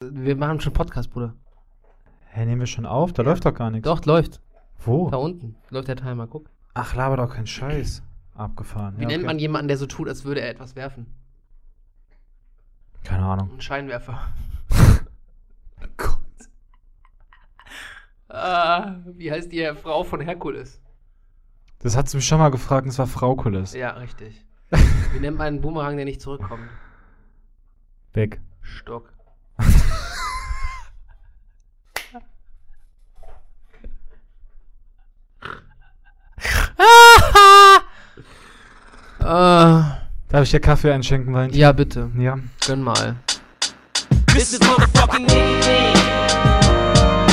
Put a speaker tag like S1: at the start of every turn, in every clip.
S1: wir machen schon Podcast, Bruder.
S2: Hä, nehmen wir schon auf? Da läuft doch gar nichts.
S1: Doch, läuft.
S2: Wo?
S1: Da unten läuft der Timer, guck.
S2: Ach, laber doch keinen Scheiß. Abgefahren.
S1: Wie
S2: ja,
S1: nennt
S2: okay.
S1: man jemanden, der so tut, als würde er etwas werfen?
S2: Keine Ahnung.
S1: Ein Scheinwerfer.
S2: Oh Gott.
S1: Ah, wie heißt die Frau von Herkules?
S2: Das hat sie mich schon mal gefragt, und es war Frau Kulis.
S1: Ja, richtig. Wie nennt man einen Boomerang, der nicht zurückkommt?
S2: Weg.
S1: Stock. Ah,
S2: Darf ich dir Kaffee einschenken, Valentin?
S1: ja, bitte.
S2: Ja.
S1: Gönn mal.
S3: This is motherfucking ED.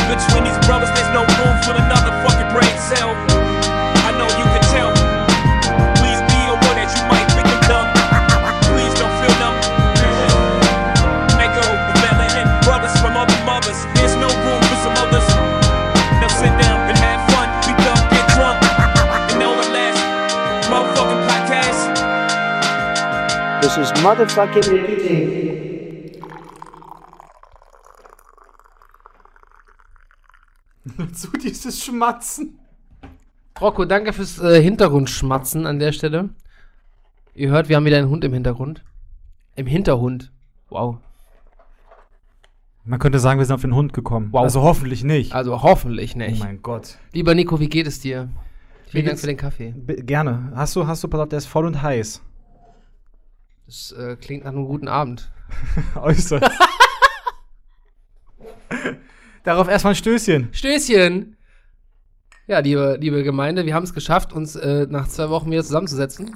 S3: Between these brothers, there's no room for another fucking brain cell. I know you can tell. Please be aware that you might think I'm dumb. Please don't feel numb. Echo the melanin brothers from other mothers. There's no room for some others. Now sit down and have fun. We don't get drunk. And on the last motherfucking podcast.
S4: This is motherfucking eating.
S2: Zu dieses Schmatzen.
S1: Rocco, danke fürs äh, Hintergrundschmatzen an der Stelle. Ihr hört, wir haben wieder einen Hund im Hintergrund. Im Hinterhund. Wow.
S2: Man könnte sagen, wir sind auf den Hund gekommen.
S1: Wow.
S2: Also hoffentlich nicht.
S1: Also hoffentlich
S2: oh
S1: nicht.
S2: mein Gott.
S1: Lieber Nico, wie geht es dir? Vielen Dank
S2: geht's-
S1: für den Kaffee.
S2: B gerne. Hast du, hast du, pass auf, der ist voll und heiß.
S1: Das äh, klingt nach einem guten Abend.
S2: Äußerst. Darauf erstmal ein Stößchen.
S1: Stößchen! Ja, liebe, liebe Gemeinde, wir haben es geschafft, uns äh, nach zwei Wochen wieder zusammenzusetzen.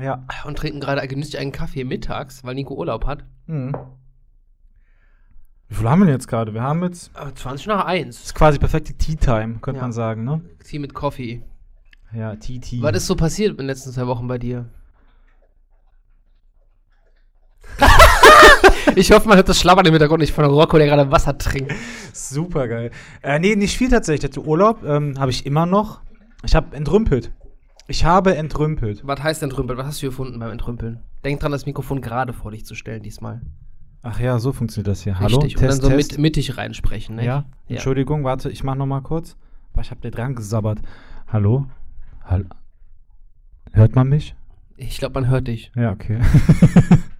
S2: Ja.
S1: Und trinken gerade genüsslich einen Kaffee mittags, weil Nico Urlaub hat.
S2: Mhm. Wie viel haben wir denn jetzt gerade? Wir haben jetzt.
S1: Äh, 20 nach 1.
S2: Das ist quasi perfekte Tea Time, könnte
S1: Ja.
S2: man sagen, ne?
S1: Tea mit Coffee.
S2: Ja, Tea Tea.
S1: Was ist so passiert in den letzten zwei Wochen bei dir? ich hoffe, man hört das Schlabbern im Hintergrund nicht von Rocco, der gerade Wasser trinkt.
S2: Super geil. Äh, nee, nicht viel tatsächlich. Ich hatte Urlaub, ähm, habe ich immer noch. Ich habe entrümpelt. Ich habe entrümpelt.
S1: Was heißt Entrümpeln? Was hast du gefunden beim Entrümpeln? Denk dran, das Mikrofon gerade vor dich zu stellen diesmal.
S2: Ach ja, so funktioniert das hier. Hallo?
S1: Richtig. Und dann so mit, mittig reinsprechen, ne?
S2: ja? Entschuldigung, warte, ich mach noch mal kurz. Boah, ich habe dir dran gesabbert. Hallo? Hallo? Hört man mich?
S1: Ich glaube, man hört dich.
S2: Ja, okay.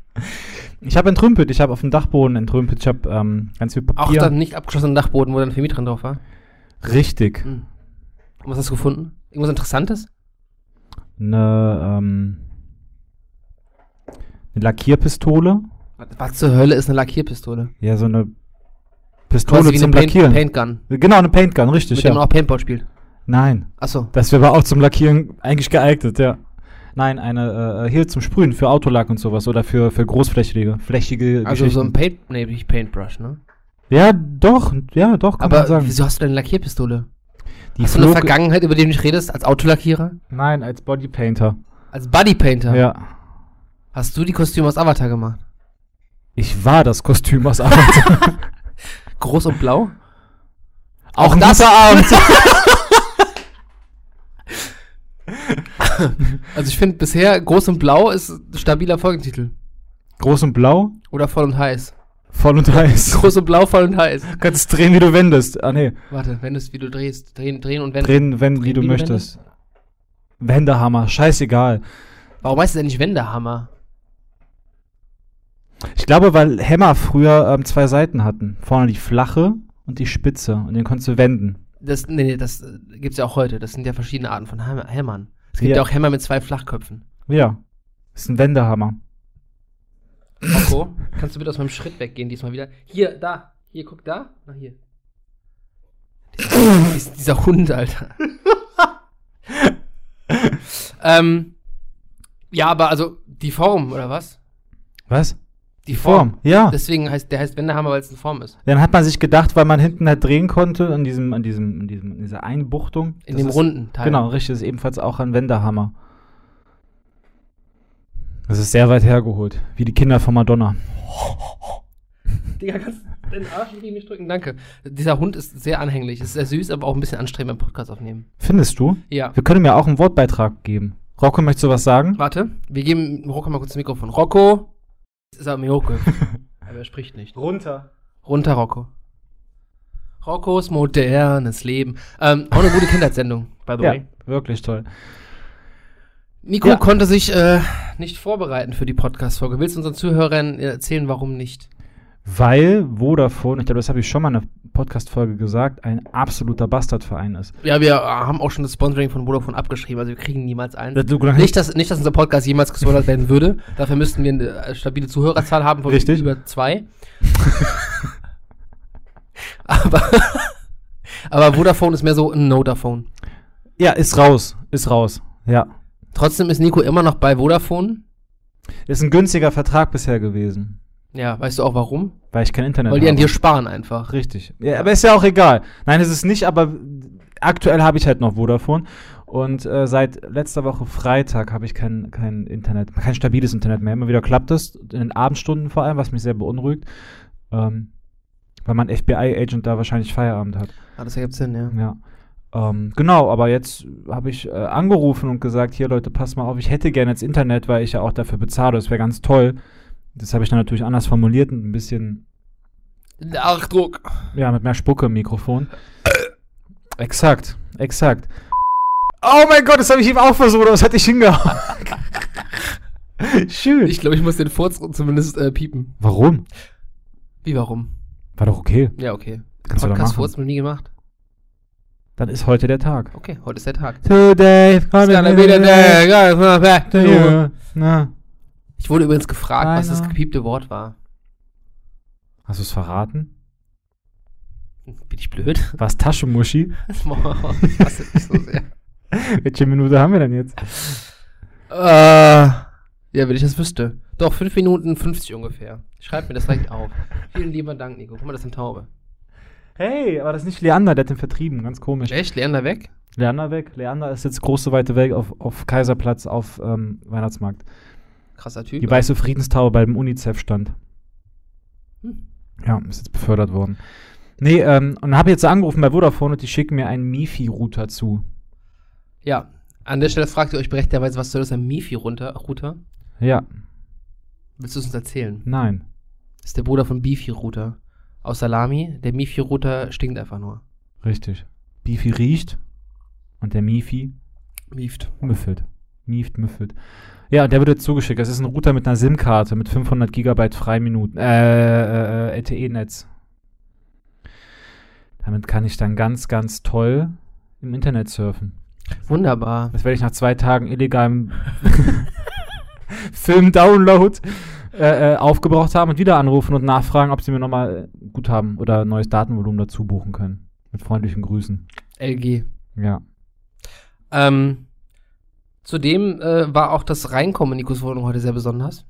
S2: ich habe entrümpelt. Ich habe auf dem Dachboden entrümpelt. Ich habe ähm, ganz viel
S1: Auch
S2: Papier.
S1: dann nicht abgeschlossenen Dachboden, wo dann Chemie dran drauf war.
S2: Richtig.
S1: Mhm. Und was hast du gefunden? Irgendwas Interessantes?
S2: Eine, ähm, eine Lackierpistole.
S1: Was zur Hölle ist eine Lackierpistole?
S2: Ja, so eine Pistole zum
S1: Paint,
S2: Lackieren.
S1: Paintgun,
S2: Genau, eine Paintgun, richtig,
S1: mit
S2: ja.
S1: der man auch Paintball spielt.
S2: Nein,
S1: Achso.
S2: das wäre aber auch zum Lackieren eigentlich geeignet, ja. Nein, eine äh, hier zum Sprühen für Autolack und sowas oder für, für großflächige flächige
S1: Also so ein
S2: Geschichten.
S1: Paint, nee, nicht Paintbrush, ne?
S2: Ja, doch, ja, doch, kann
S1: Aber
S2: man sagen.
S1: wieso hast du denn eine Lackierpistole?
S2: Die
S1: Hast du eine
S2: flog-
S1: Vergangenheit, über die du nicht redest, als Autolackierer?
S2: Nein, als Bodypainter.
S1: Als Bodypainter?
S2: Ja.
S1: Hast du die Kostüme aus Avatar gemacht?
S2: Ich war das Kostüm aus Arbeit.
S1: Groß und blau?
S2: auch ein
S1: das-
S2: guter Abend.
S1: Also ich finde bisher Groß und Blau ist ein stabiler Folgentitel.
S2: Groß und blau,
S1: Oder voll und heiß.
S2: voll und heiß.
S1: Groß und Blau, voll und heiß.
S2: Kannst es drehen, wie du wendest. Ah, nee.
S1: Warte, wenn du es, wie du drehst, drehen, drehen und wenden.
S2: Drehen, wenn, wie du
S1: wie du
S2: möchtest. Wendehammer, scheißegal.
S1: Warum heißt es denn nicht Wendehammer?
S2: Ich glaube, weil Hämmer früher ähm, zwei Seiten hatten. Vorne die flache und die spitze. Und den konntest du wenden.
S1: Das, nee, nee, das äh, gibt's ja auch heute. Das sind ja verschiedene Arten von Häm- Hämmern. Es gibt ja.
S2: Ja.
S1: auch Hämmer mit zwei Flachköpfen.
S2: Ja. Ist ein Wendehammer.
S1: Marco, kannst du bitte aus meinem Schritt weggehen diesmal wieder? Hier, da. Hier, guck da. Na, hier. Dieser, dies- dieser Hund, Alter. ähm, ja, aber also die Form, oder was?
S2: Was?
S1: Die
S2: Form. Ah. Ja.
S1: Deswegen heißt der heißt Wendehammer, weil es eine Form ist.
S2: Dann hat man sich gedacht, weil man hinten halt drehen konnte, an diesem, an diesem, an diesem, an dieser Einbuchtung.
S1: In
S2: das
S1: dem
S2: ist,
S1: runden Teil.
S2: Genau, richtig. Das ist ebenfalls auch ein Wendehammer. Das ist sehr weit hergeholt. Wie die Kinder von Madonna.
S1: Digga, kannst du den Arsch gegen mich drücken? Danke. Dieser Hund ist sehr anhänglich. Ist sehr süß, aber auch ein bisschen anstrengend beim Podcast aufnehmen.
S2: Findest du?
S1: Ja.
S2: Wir können mir auch einen Wortbeitrag geben. Rocco, möchtest du was sagen?
S1: Warte, wir geben Rocco mal kurz das Mikrofon. Rocco. Das ist aber Miyoko. aber er spricht nicht.
S2: Runter.
S1: Runter, Rocco. Roccos modernes Leben. Ähm, auch eine gute Kindheitssendung, by the
S2: Ja,
S1: way.
S2: wirklich toll.
S1: Nico
S2: Ja.
S1: konnte sich äh, nicht vorbereiten für die Podcast-Folge. Willst du unseren Zuhörern äh, erzählen, warum nicht?
S2: Weil Vodafone, ich glaube, das habe ich schon mal in einer Podcast-Folge gesagt, ein absoluter Bastardverein ist.
S1: Ja, wir äh, haben auch schon das Sponsoring von Vodafone abgeschrieben, also wir kriegen niemals eins.
S2: Du- du-
S1: Nicht dass, nicht, dass unser Podcast jemals gesponsert werden würde. Dafür müssten wir eine äh, stabile Zuhörerzahl haben von
S2: Richtig.
S1: über zwei. aber, aber Vodafone ist mehr so ein Notaphone.
S2: Ja, ist raus. Ist raus. Ja.
S1: Trotzdem ist Nico immer noch bei Vodafone.
S2: Ist ein günstiger Vertrag bisher gewesen.
S1: Ja, weißt du auch warum?
S2: Weil ich kein Internet
S1: Weil die
S2: habe.
S1: an dir sparen einfach.
S2: Richtig. Ja, aber ist ja auch egal. Nein, ist es nicht, aber aktuell habe ich halt noch Vodafone. Und äh, seit letzter Woche Freitag habe ich kein, kein Internet, kein stabiles Internet mehr. Immer wieder klappt das, in den Abendstunden vor allem, was mich sehr beunruhigt. Ähm, weil mein FBI-Agent da wahrscheinlich Feierabend hat.
S1: Ah, das ergibt Sinn, ja.
S2: Ja. Ähm, genau, aber jetzt habe ich äh, angerufen und gesagt, hier Leute, passt mal auf, ich hätte gerne jetzt Internet, weil ich ja auch dafür bezahle, das wäre ganz toll. Das habe ich dann natürlich anders formuliert und ein bisschen,
S1: Nachdruck.
S2: ja, mit mehr Spucke im Mikrofon. exakt, exakt. Oh mein Gott, das habe ich ihm auch versucht, aber das hatte ich hingehauen. Schön.
S1: Ich glaube, ich muss den Furz zumindest äh, piepen.
S2: Warum?
S1: Wie warum?
S2: War doch okay.
S1: Ja, okay.
S2: Kannst du doch
S1: Podcast
S2: machen.
S1: Furz noch nie gemacht.
S2: Dann ist heute der Tag.
S1: Okay, heute ist der Tag.
S2: Today, it's gonna be the day. Na.
S1: Ich wurde übrigens gefragt, was das
S2: Einer.
S1: gepiepte Wort war.
S2: Hast du es verraten?
S1: Bin ich blöd?
S2: War es Taschenmuschi?
S1: Das hasse ich so sehr.
S2: Welche Minute haben wir denn jetzt?
S1: Äh, ja, wenn ich das wüsste. Doch, 5 Minuten 50 ungefähr. Schreib mir das direkt auf. Vielen lieben Dank, Nico. Guck mal, das ist eine Taube.
S2: Hey, aber das ist nicht Leander, der hat den vertrieben, ganz komisch.
S1: Echt? Leander weg?
S2: Leander weg, Leander ist jetzt große weite Welt auf, auf Kaiserplatz, auf ähm, Weihnachtsmarkt.
S1: Krasser
S2: Die
S1: Typ.
S2: weiße Friedenstaube beim UNICEF-Stand.
S1: Hm.
S2: Ja, ist jetzt befördert worden. Nee, ähm, und habe jetzt angerufen bei Vodafone und die schicken mir einen Mifi-Router zu.
S1: Ja. An der Stelle fragt ihr euch berechterweise, was soll das ein Mifi-Router?
S2: Ja,
S1: Willst du es uns erzählen?
S2: nein.
S1: Das ist der Bruder von Beefy-Router. Aus Salami. Der Mifi-Router stinkt einfach nur.
S2: Richtig. Bifi riecht und der Mifi
S1: Mieft.
S2: müffelt. Mieft, müffelt. Ja, der wird jetzt zugeschickt. Das ist ein Router mit einer SIM-Karte mit 500 Gigabyte Freiminuten. Äh, äh, äh LTE-Netz. Damit kann ich dann ganz, ganz toll im Internet surfen.
S1: Wunderbar.
S2: Das werde ich nach zwei Tagen illegalem Film-Download äh, äh, aufgebraucht haben und wieder anrufen und nachfragen, ob sie mir nochmal äh, Guthaben oder neues Datenvolumen dazu buchen können. Mit freundlichen Grüßen.
S1: LG.
S2: Ja.
S1: Ähm, zudem äh, war auch das Reinkommen in Nikos Wohnung heute sehr besonders.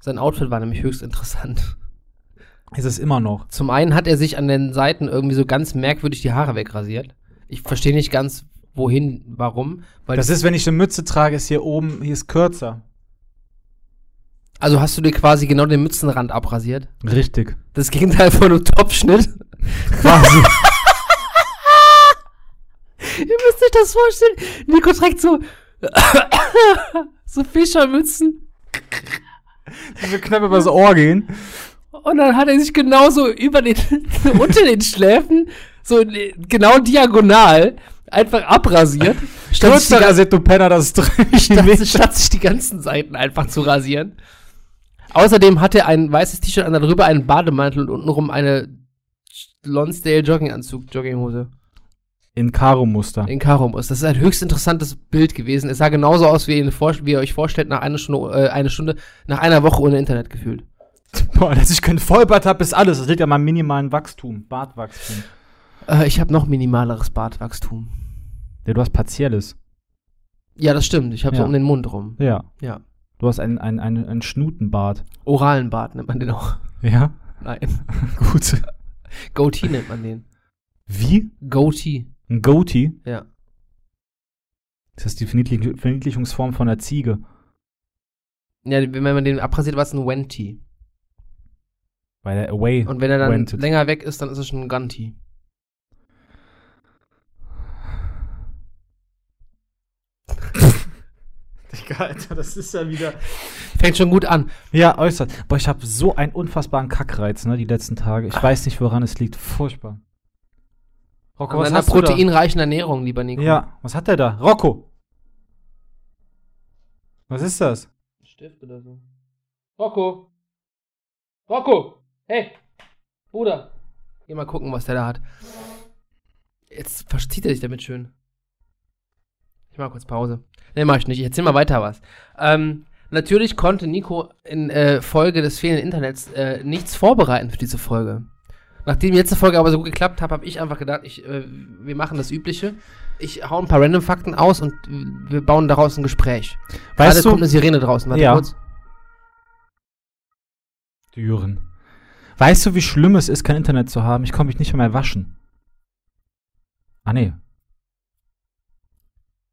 S1: Sein Outfit war nämlich höchst interessant.
S2: Ist es immer noch.
S1: Zum einen hat er sich an den Seiten irgendwie so ganz merkwürdig die Haare wegrasiert. Ich verstehe nicht ganz, wohin, warum. Weil
S2: Das ist, wenn ich eine Mütze trage, ist hier oben, hier ist kürzer.
S1: also hast du dir quasi genau den Mützenrand abrasiert.
S2: Richtig.
S1: Das Gegenteil von einem Topfschnitt.
S2: Quasi.
S1: Ihr müsst euch das vorstellen. Nico trägt so, so Fischermützen.
S2: Diese knapp übers Ohr gehen.
S1: Und dann hat er sich genauso über den, unter den Schläfen, so in- genau diagonal, einfach abrasiert. Statt sich, die,
S2: Kürzer
S1: gan-
S2: rasiert, du Penner, das ist drin.
S1: statt, statt sich die ganzen Seiten einfach zu rasieren. Außerdem hat er ein weißes T-Shirt an, darüber einen Bademantel und untenrum eine Lonsdale Jogginganzug, Jogginghose.
S2: In Karo-Muster.
S1: In Karomus. Das ist ein höchst interessantes Bild gewesen. Es sah genauso aus, wie ihr, ihn vor- wie ihr euch vorstellt, nach einer Stunde, äh, eine Stunde, nach einer Woche ohne Internet gefühlt.
S2: Boah, dass ich keinen Vollbart habe, ist alles. Das liegt an meinem minimalen Wachstum. Bartwachstum.
S1: Äh, ich habe noch minimaleres Bartwachstum.
S2: Ja, du hast partielles.
S1: Ja, das stimmt. Ich habe so
S2: Ja.
S1: um den Mund rum.
S2: Ja.
S1: Ja.
S2: Du hast einen, einen, einen, einen Schnutenbart.
S1: Oralen Bart nennt man den auch.
S2: Ja.
S1: Nein.
S2: Gut.
S1: Goatee nennt man den.
S2: Wie?
S1: Goatee.
S2: Ein Goatee?
S1: Ja.
S2: Das ist die Verniedlich Verniedlichungsform von einer Ziege.
S1: Ja, wenn man den abrasiert, war es ein Wenty.
S2: Bei der Away.
S1: Und wenn er dann
S2: Wented.
S1: länger weg ist, dann ist es schon ein Gunty.
S2: Digga, Alter, das ist ja wieder.
S1: Fängt schon gut an.
S2: Ja, äußerst. Boah, ich habe so einen unfassbaren Kackreiz, ne, die letzten Tage. Ich weiß nicht, woran es liegt. Furchtbar. Rocco,
S1: An
S2: was
S1: einer
S2: hast du da?
S1: proteinreichen Ernährung, lieber Nico.
S2: Ja, was hat der da? Rocco! Was ist das?
S1: Stift oder so. Rocco! Rocco! Hey! Bruder! Geh mal gucken, was der da hat. Jetzt verzieht er sich damit schön. Ich mach kurz Pause. Nee, mach ich nicht. Ich erzähl mal weiter was. Ähm, natürlich konnte Nico in äh, Folge des fehlenden Internets äh, nichts vorbereiten für diese Folge. Nachdem die letzte Folge aber so gut geklappt hat, habe ich einfach gedacht, ich, äh, wir machen das Übliche. Ich hau ein paar random Fakten aus und äh, wir bauen daraus ein Gespräch. Gerade
S2: Weißt
S1: kommt eine
S2: du,
S1: Sirene draußen, warte
S2: Ja.
S1: kurz.
S2: Düren. Weißt du, wie schlimm es ist, kein Internet zu haben? Ich komme mich nicht mehr waschen. Ah, nee.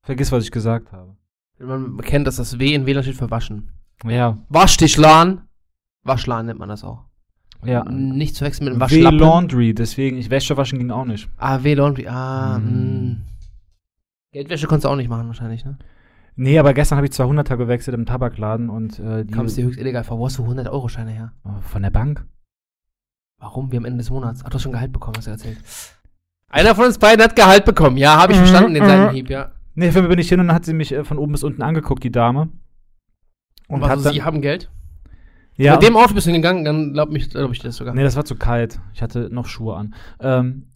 S2: Vergiss, was ich gesagt habe.
S1: Man kennt das, das W in WLAN steht für waschen.
S2: Ja,
S1: Wasch dich, LAN. Waschlan nennt man das auch.
S2: ja.
S1: Nicht zu wechseln mit einem Waschlappen.
S2: W-Laundry, deswegen, ich Wäsche waschen ging auch nicht.
S1: Ah, WLAN. wie- Ah,
S2: Mm.
S1: mm. Geldwäsche konntest du auch nicht machen wahrscheinlich, ne?
S2: Nee, aber gestern habe ich 200er gewechselt im Tabakladen und äh, die,
S1: Kam es dir höchst illegal vor. Wo hast du 100-Euro-Scheine her?
S2: Oh, von der Bank.
S1: Warum? Wir am Ende des Monats. Ach, du hast schon Gehalt bekommen, hast du erzählt. Einer von uns beiden hat Gehalt bekommen. Ja, habe ich verstanden, den
S2: Mhm.
S1: Seitenhieb, ja.
S2: Nee, auf jeden Fall bin ich hin und dann hat sie mich äh, von oben bis unten angeguckt, die Dame. Und hat
S1: also,
S2: dann,
S1: sie haben Geld?
S2: ja,
S1: Mit dem Outfit bist du gegangen, dann glaub, mich, glaub ich dir das sogar.
S2: Nee, das war zu kalt. Ich hatte noch Schuhe an. Ähm,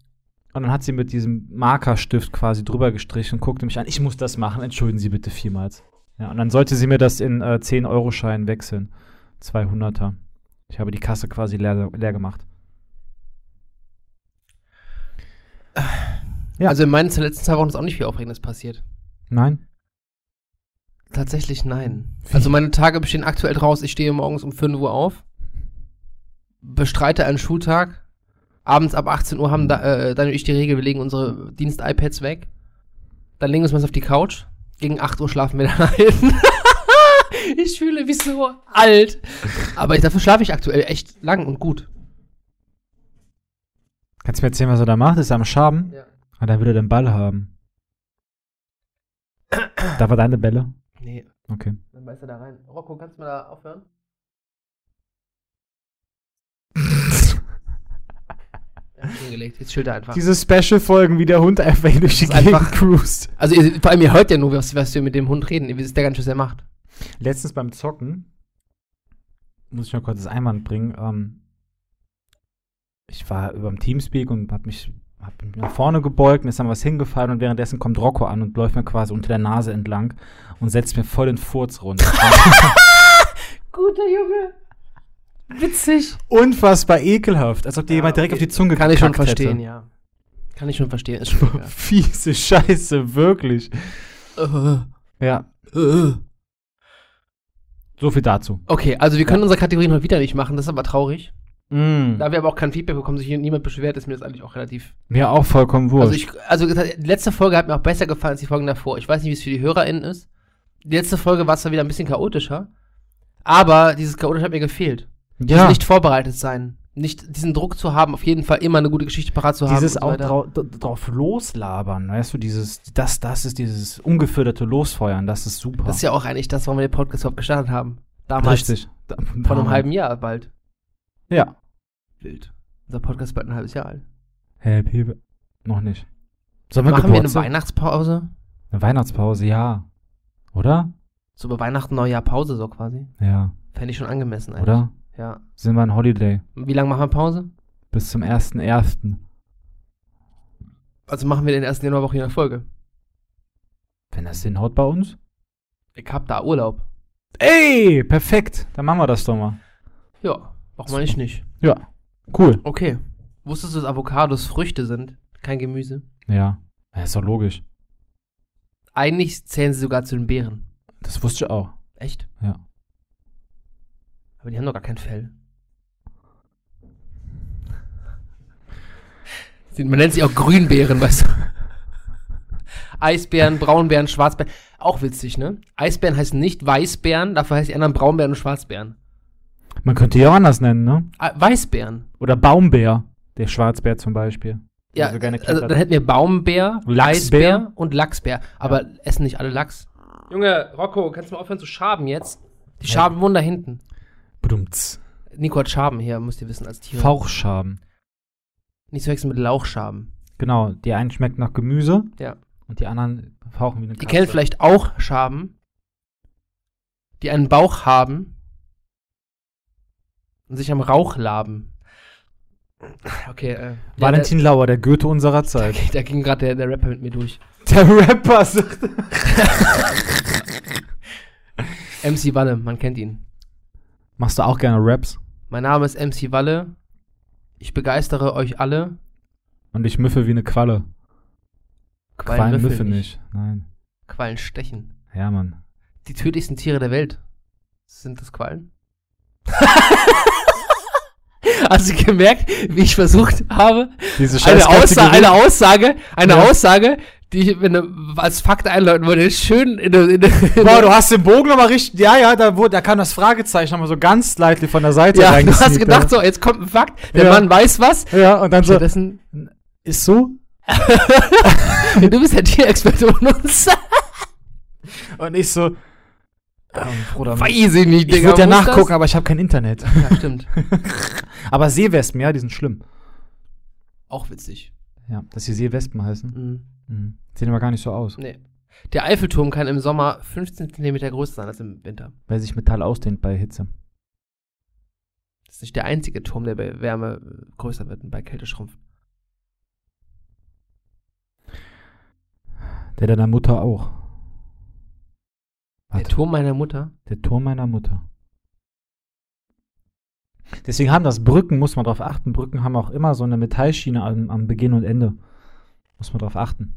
S2: und dann hat sie mit diesem Markerstift quasi drüber gestrichen und guckte mich an. Ich muss das machen. Entschuldigen Sie bitte vielmals. Ja, und dann sollte sie mir das in äh, 10-Euro-Schein wechseln. 200er. Ich habe die Kasse quasi leer, leer gemacht. ja.
S1: Also in meinen letzten zwei Wochen ist auch nicht viel Aufregendes passiert.
S2: Nein?
S1: Tatsächlich nein. Also meine Tage bestehen aktuell draus, ich stehe morgens um 5 Uhr auf, bestreite einen Schultag, abends ab 18 Uhr haben da, äh, Daniel und ich die Regel, wir legen unsere Dienst-iPads weg, dann legen wir uns meist auf die Couch, gegen 8 Uhr schlafen wir dann ein. ich fühle mich so alt. Aber ich, dafür schlafe ich aktuell echt lang und gut.
S2: Kannst du mir erzählen, was er da macht? Ist er am Schaben?
S1: Ja.
S2: Ah, dann will er den Ball haben. da war deine Bälle?
S1: Nee,
S2: Okay.
S1: dann beißt er da rein. Rocco, kannst du mal da aufhören? Er hat hingelegt, jetzt chillt er einfach.
S2: Diese Special-Folgen, wie der Hund einfach hier durch die
S1: Das ist
S2: Gegend
S1: einfach-
S2: cruist.
S1: Also ihr, vor allem ihr hört ja nur, was, was wir mit dem Hund reden. Ihr wisst ja gar nicht, was er macht.
S2: Letztens beim Zocken muss ich noch kurz das Einwand bringen. Ähm, ich war überm Teamspeak und hab mich, hab mich nach vorne gebeugt, mir ist dann was hingefallen und währenddessen kommt Rocco an und läuft mir quasi unter der Nase entlang und setzt mir voll den Furz runter.
S1: Guter Junge. Witzig.
S2: Unfassbar ekelhaft, als ob dir
S1: Ja,
S2: jemand direkt
S1: okay.
S2: auf die Zunge
S1: Kann ich schon
S2: gekackt hätte.
S1: verstehen, ja. Kann ich schon verstehen. Ist schon egal.
S2: Fiese Scheiße, wirklich. Ja, so viel dazu.
S1: okay, also wir können unsere Kategorien heute wieder nicht machen. Das ist aber traurig.
S2: Mm.
S1: Da wir aber auch kein Feedback bekommen, sich hier niemand beschwert, ist mir das eigentlich auch relativ...
S2: Mir auch vollkommen wurscht.
S1: Also, ich, also die letzte Folge hat mir auch besser gefallen als die Folgen davor. Ich weiß nicht, wie es für die HörerInnen ist. Die letzte Folge war zwar wieder ein bisschen chaotischer, aber dieses chaotische hat mir gefehlt.
S2: ja.
S1: Also nicht vorbereitet sein. Nicht diesen Druck zu haben, auf jeden Fall immer eine gute Geschichte parat zu haben.
S2: Dieses
S1: und so
S2: auch
S1: weiter.
S2: drau d- drauf loslabern, weißt du, dieses, das, das ist dieses ungeförderte Losfeuern, das ist super.
S1: Das ist ja auch eigentlich das, warum wir den Podcast überhaupt gestartet haben. Damals.
S2: richtig. Da-
S1: Vor einem
S2: Mann.
S1: halben Jahr bald.
S2: Ja.
S1: Wild. Unser Podcast ist bald ein halbes Jahr alt.
S2: Happy. Be- Noch nicht. Sollen wir
S1: Machen wir eine
S2: Geburtstag?
S1: Weihnachtspause?
S2: eine Weihnachtspause, ja. Oder?
S1: So bei Weihnachten, Neujahr Pause so quasi.
S2: Ja.
S1: Fände ich schon angemessen eigentlich.
S2: Oder?
S1: Ja.
S2: Sind wir ein Holiday?
S1: Und Wie lange machen wir Pause?
S2: Bis zum 1.1.
S1: Also machen wir den ersten Januarwoche in der Folge.
S2: Wenn das hinhaut bei uns?
S1: Ich hab da Urlaub.
S2: Ey, perfekt. Dann machen wir das doch mal.
S1: Ja, warum eigentlich nicht?
S2: Ja. Cool.
S1: Okay. Wusstest du, dass Avocados Früchte sind? Kein Gemüse.
S2: Ja. ja. Ist doch logisch.
S1: Eigentlich zählen sie sogar zu den Beeren.
S2: Das wusste ich auch.
S1: Echt?
S2: Ja.
S1: Aber die haben doch gar kein Fell. Sie- Man nennt sie auch Grünbeeren, weißt du? Eisbären, Braunbären, Schwarzbären. Auch witzig, ne? Eisbären heißen nicht Weißbären, dafür heißen die anderen Braunbären und Schwarzbären.
S2: Man könnte ja auch anders nennen, ne?
S1: Ah, Weißbären.
S2: Oder Baumbär. Der Schwarzbär zum Beispiel.
S1: Ja,
S2: Also gerne
S1: also
S2: klettert.
S1: dann hätten wir Baumbär,
S2: Lachsbär.
S1: Eisbär und Lachsbär. Aber essen nicht alle Lachs? Junge, Rocco, kannst du mal aufhören zu schaben jetzt? Die Schaben wohnen da hinten.
S2: Bedumts.
S1: Nico hat Schaben hier, müsst ihr wissen, als Tier.
S2: Fauchschaben.
S1: Nicht zu wechseln mit Lauchschaben.
S2: Genau, die einen schmeckt nach Gemüse.
S1: Ja.
S2: Und die anderen fauchen wie eine
S1: Die
S2: Katze.
S1: kennen vielleicht auch Schaben, die einen Bauch haben und sich am Rauch laben. Okay, äh,
S2: Valentin Lauer, der Goethe unserer
S1: Da,
S2: Zeit.
S1: da, da ging gerade der, der Rapper mit mir durch.
S2: Der Rapper sagt.
S1: MC Walle, man kennt ihn.
S2: Machst du auch gerne Raps?
S1: Mein Name ist MC Walle. Ich begeistere euch alle.
S2: Und ich müffe wie eine Qualle. Quallen müffe nicht. Nein.
S1: Quallen stechen.
S2: Ja, Mann.
S1: Die tödlichsten Tiere der Welt. Sind das Quallen? Hast du gemerkt, wie ich versucht habe,
S2: Diese scheiß
S1: eine, Aussa
S2: Kategorie-
S1: eine Aussage, eine
S2: Ja.
S1: Aussage, die ich wenn du- als Fakt einläuten wollte, schön in, eine- in, eine- in
S2: Boah, du hast den Bogen nochmal richtig. Ja, ja, da, wurde, da kam das Fragezeichen nochmal so ganz leidlich von der Seite
S1: ja, du
S2: reingesneakt,
S1: hast gedacht, so, jetzt kommt ein Fakt, der
S2: Ja.
S1: Mann weiß was.
S2: Ja, Ja, und dann so.
S1: Stattdessen,
S2: Ist so?
S1: du bist der Tierexperte von uns.
S2: Und ich so. Ähm, Bruder,
S1: Weiß ich nicht,
S2: ich würde ja
S1: muss das?
S2: nachgucken, aber ich habe kein Internet.
S1: Ja, stimmt.
S2: Aber Seewespen, ja, die sind schlimm.
S1: Auch witzig.
S2: Ja, dass die Seewespen heißen.
S1: Mhm.
S2: Mhm. Sehen aber gar nicht so aus,
S1: Nee. Der Eiffelturm kann im Sommer 15 cm größer sein als im Winter.
S2: weil sich Metall ausdehnt bei Hitze.
S1: Das ist nicht der einzige Turm, der bei Wärme äh, größer wird und bei Kälte schrumpft.
S2: Der deiner Mutter auch.
S1: Der Turm meiner Mutter.
S2: Der Turm meiner Mutter. Deswegen haben das Brücken, muss man drauf achten. Brücken haben auch immer so eine Metallschiene am, am Beginn und Ende. Muss man drauf achten.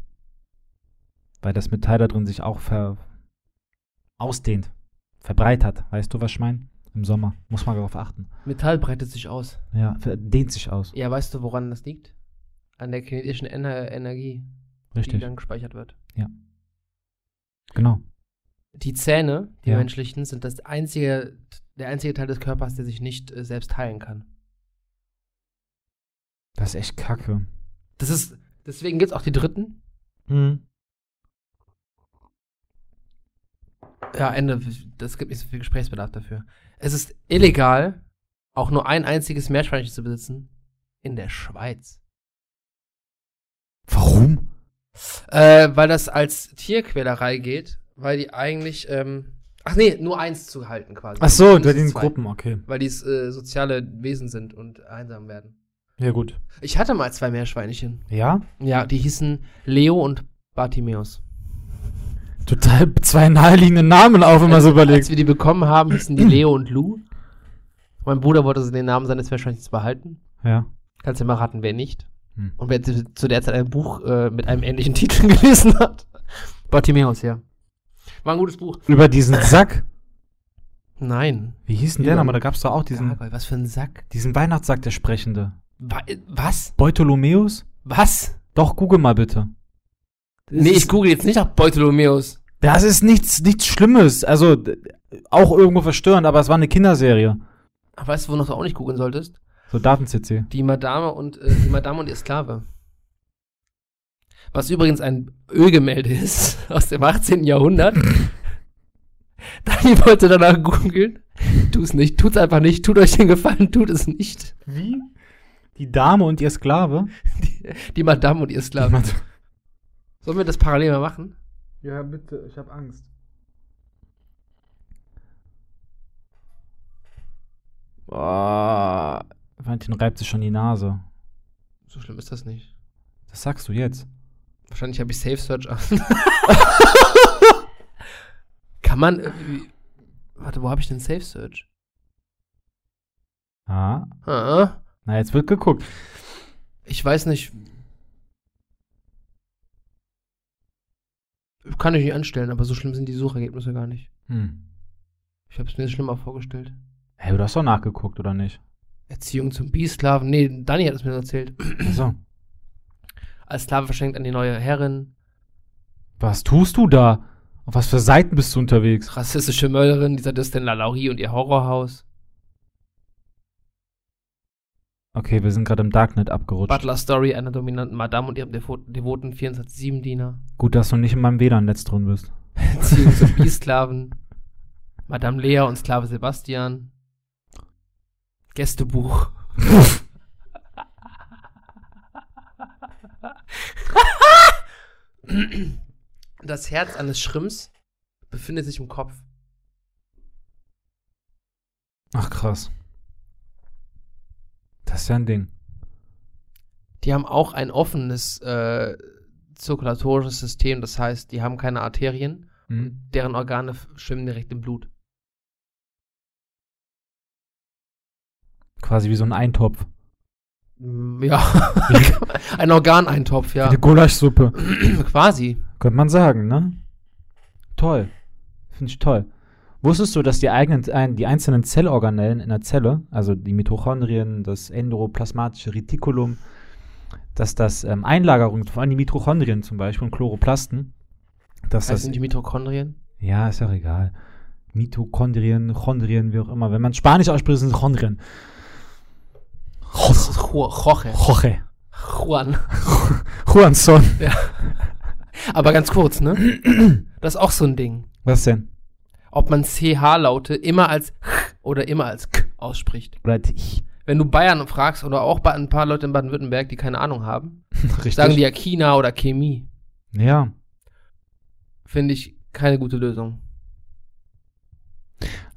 S2: Weil das Metall da drin sich auch ver ausdehnt, verbreitert. Weißt du, was ich meine? Im Sommer. Muss man darauf achten.
S1: Metall breitet sich aus.
S2: Ja, ver- dehnt sich aus.
S1: Ja, weißt du, woran das liegt? An der kinetischen Ener Energie, die
S2: Richtig.
S1: dann gespeichert wird.
S2: Genau.
S1: Die Zähne, die
S2: Ja.
S1: menschlichen, sind das einzige, der einzige Teil des Körpers, der sich nicht äh, selbst heilen kann.
S2: Das ist echt kacke.
S1: Das ist, deswegen gibt es auch die Dritten.
S2: Hm.
S1: Ja, Ende. Das gibt nicht so viel Gesprächsbedarf dafür. Es ist illegal, auch nur ein einziges Meerschweinchen zu besitzen in der Schweiz.
S2: Warum?
S1: Äh, weil das als Tierquälerei geht, weil die eigentlich, ähm, ach nee, nur eins zu halten quasi.
S2: Ach so,
S1: Mindestens
S2: bei den
S1: zwei.
S2: Gruppen, okay.
S1: Weil die äh, soziale Wesen sind und einsam werden.
S2: Ja, gut.
S1: Ich hatte mal zwei Meerschweinchen.
S2: Ja?
S1: Ja, die hießen Leo und Bartimeus.
S2: Total zwei naheliegende Namen auf, wenn man so
S1: Als
S2: überlegt.
S1: wir die bekommen haben, hießen die Leo und Lou. Mein Bruder wollte den Namen seines Meerschweinchens behalten.
S2: Ja.
S1: Kannst du mal raten, wer nicht?
S2: Hm.
S1: Und wer zu zu der Zeit ein Buch äh, mit einem ähnlichen Titel gelesen hat? Bartimeus, ja. War ein gutes Buch.
S2: Über diesen Sack.
S1: Nein.
S2: Wie hieß denn der
S1: Über-
S2: nochmal? Da gab es doch auch diesen,
S1: Gargoyle, was für ein Sack.
S2: diesen Weihnachtssack, der Sprechende.
S1: Wa- äh, Was?
S2: Beutolomäus?
S1: Was?
S2: Doch, google mal bitte. Das
S1: Nee, ich
S2: ist,
S1: google jetzt nicht nach Bartholomäus.
S2: das ist nichts, nichts Schlimmes. Also, d- auch irgendwo verstörend, aber es war eine Kinderserie.
S1: Ach, weißt du, wonach du auch nicht googeln solltest?
S2: So Daten-CC.
S1: Die Madame und, äh, die Madame und ihr Sklave. Was übrigens ein Ölgemälde ist aus dem 18. Jahrhundert. Dani wollte danach googeln. Tu es nicht, tut's einfach nicht, tut euch den Gefallen, tut es nicht.
S2: Wie? Die Dame und ihr Sklave?
S1: Die, die Madame und ihr Sklave. Sollen wir das parallel mal machen?
S2: Ja, bitte, ich habe Angst. Boah. Valentin reibt sich schon die Nase.
S1: So schlimm ist das nicht.
S2: Das sagst du jetzt.
S1: Wahrscheinlich habe ich Safe Search an. Kann man irgendwie. Warte, wo habe ich denn Safe Search?
S2: Ah,
S1: Ah,
S2: na jetzt wird geguckt.
S1: ich weiß nicht. Kann ich nicht anstellen, aber so schlimm sind die Suchergebnisse gar nicht.
S2: Hm.
S1: Ich habe es mir schlimmer vorgestellt.
S2: Hey, du hast doch nachgeguckt, oder nicht?
S1: Erziehung zum Biesklaven. Nee, Dani hat es mir erzählt.
S2: So.
S1: Als Sklave verschenkt an die neue Herrin.
S2: Was tust du da? Auf was für Seiten bist du unterwegs?
S1: Rassistische Mörderin, die Sadistin Lalaurie und ihr Horrorhaus.
S2: Okay, wir sind gerade im Darknet abgerutscht.
S1: Butler Story einer dominanten Madame und ihrem devo- devoten 24-7-Diener.
S2: Gut, dass du nicht in meinem WLAN-Netz drin bist.
S1: Beziehung zu Spielsklaven. Madame Lea und Sklave Sebastian. Gästebuch. Das Herz eines Schrimps befindet sich im Kopf.
S2: Ach krass. Das ist ja ein Ding.
S1: Die haben auch ein offenes äh, zirkulatorisches System, das heißt, die haben keine Arterien,
S2: Hm?
S1: deren Organe f- schwimmen direkt im Blut.
S2: Quasi wie so ein Eintopf.
S1: Mm, Ja, ein Organeintopf,
S2: Wie
S1: ja.
S2: eine Gulaschsuppe.
S1: Quasi.
S2: Könnte man sagen, ne? Toll. Finde ich toll. Wusstest du, dass die, eigenen, ein, die einzelnen Zellorganellen in der Zelle, also die Mitochondrien, das endoplasmatische Reticulum, dass das ähm, Einlagerung, vor allem die Mitochondrien zum Beispiel und Chloroplasten,
S1: Das
S2: dass das.
S1: sind die Mitochondrien.
S2: Ja, ist ja auch egal. Mitochondrien, Chondrien, wie auch immer. Wenn man Spanisch ausspricht, sind es Chondrien.
S1: Das ist Ju- Jorge.
S2: Jorge.
S1: Juan.
S2: Juanson.
S1: Aber ganz kurz, ne? Das ist auch so ein Ding.
S2: Was denn?
S1: Ob man CH-Laute immer als Ch oder immer als K ausspricht.
S2: Oder ich.
S1: Wenn du Bayern fragst oder auch ba- ein paar Leute in Baden-Württemberg, die keine Ahnung haben,
S2: Richtig.
S1: sagen die ja China oder Chemie.
S2: ja.
S1: Finde ich keine gute Lösung.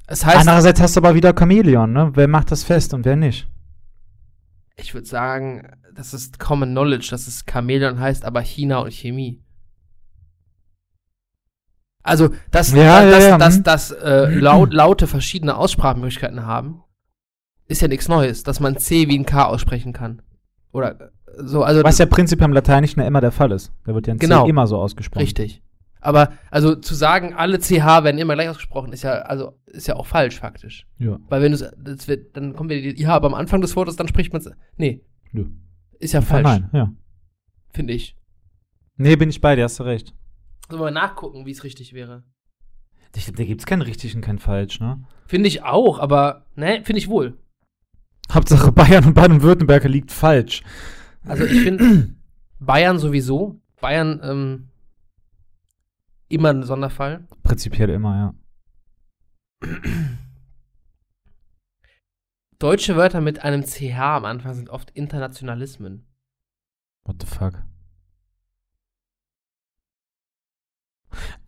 S1: Es heißt,
S2: Andererseits hast du aber wieder Chamäleon, ne? Wer macht das fest und wer nicht?
S1: ich würde sagen, das ist Common Knowledge, dass es Chamäleon heißt, aber China und Chemie. Also, dass,
S2: Ja, ja,
S1: dass,
S2: ja,
S1: dass,
S2: hm.
S1: dass äh, laut, Laute verschiedene Aussprachmöglichkeiten haben, ist ja nichts Neues, dass man C wie ein K aussprechen kann. Oder äh, so, also
S2: Was ja prinzipiell im Lateinischen ja immer der Fall ist. Da wird ja ein
S1: Genau.
S2: C immer so ausgesprochen.
S1: richtig. Aber also zu sagen, alle CH werden immer gleich ausgesprochen, ist ja, also, ist ja auch falsch faktisch.
S2: Ja.
S1: Weil wenn du es, wird- dann kommt wieder die, ja, aber am Anfang des Wortes, dann spricht man es. Nee.
S2: Nö.
S1: Ist ja
S2: Ah,
S1: falsch,
S2: nein, ja.
S1: finde ich.
S2: Nee, bin ich bei dir, hast du recht.
S1: Sollen wir mal nachgucken, wie es richtig wäre?
S2: Ich glaube, da gibt's keinen richtig und keinen falsch, ne?
S1: Finde ich auch, aber, ne, finde ich wohl.
S2: Hauptsache Bayern und Baden-Württemberg liegt falsch.
S1: Also ich finde Bayern sowieso, Bayern, ähm, immer ein Sonderfall.
S2: Prinzipiell immer, ja.
S1: Deutsche Wörter mit einem CH am Anfang sind oft Internationalismen.
S2: What the fuck?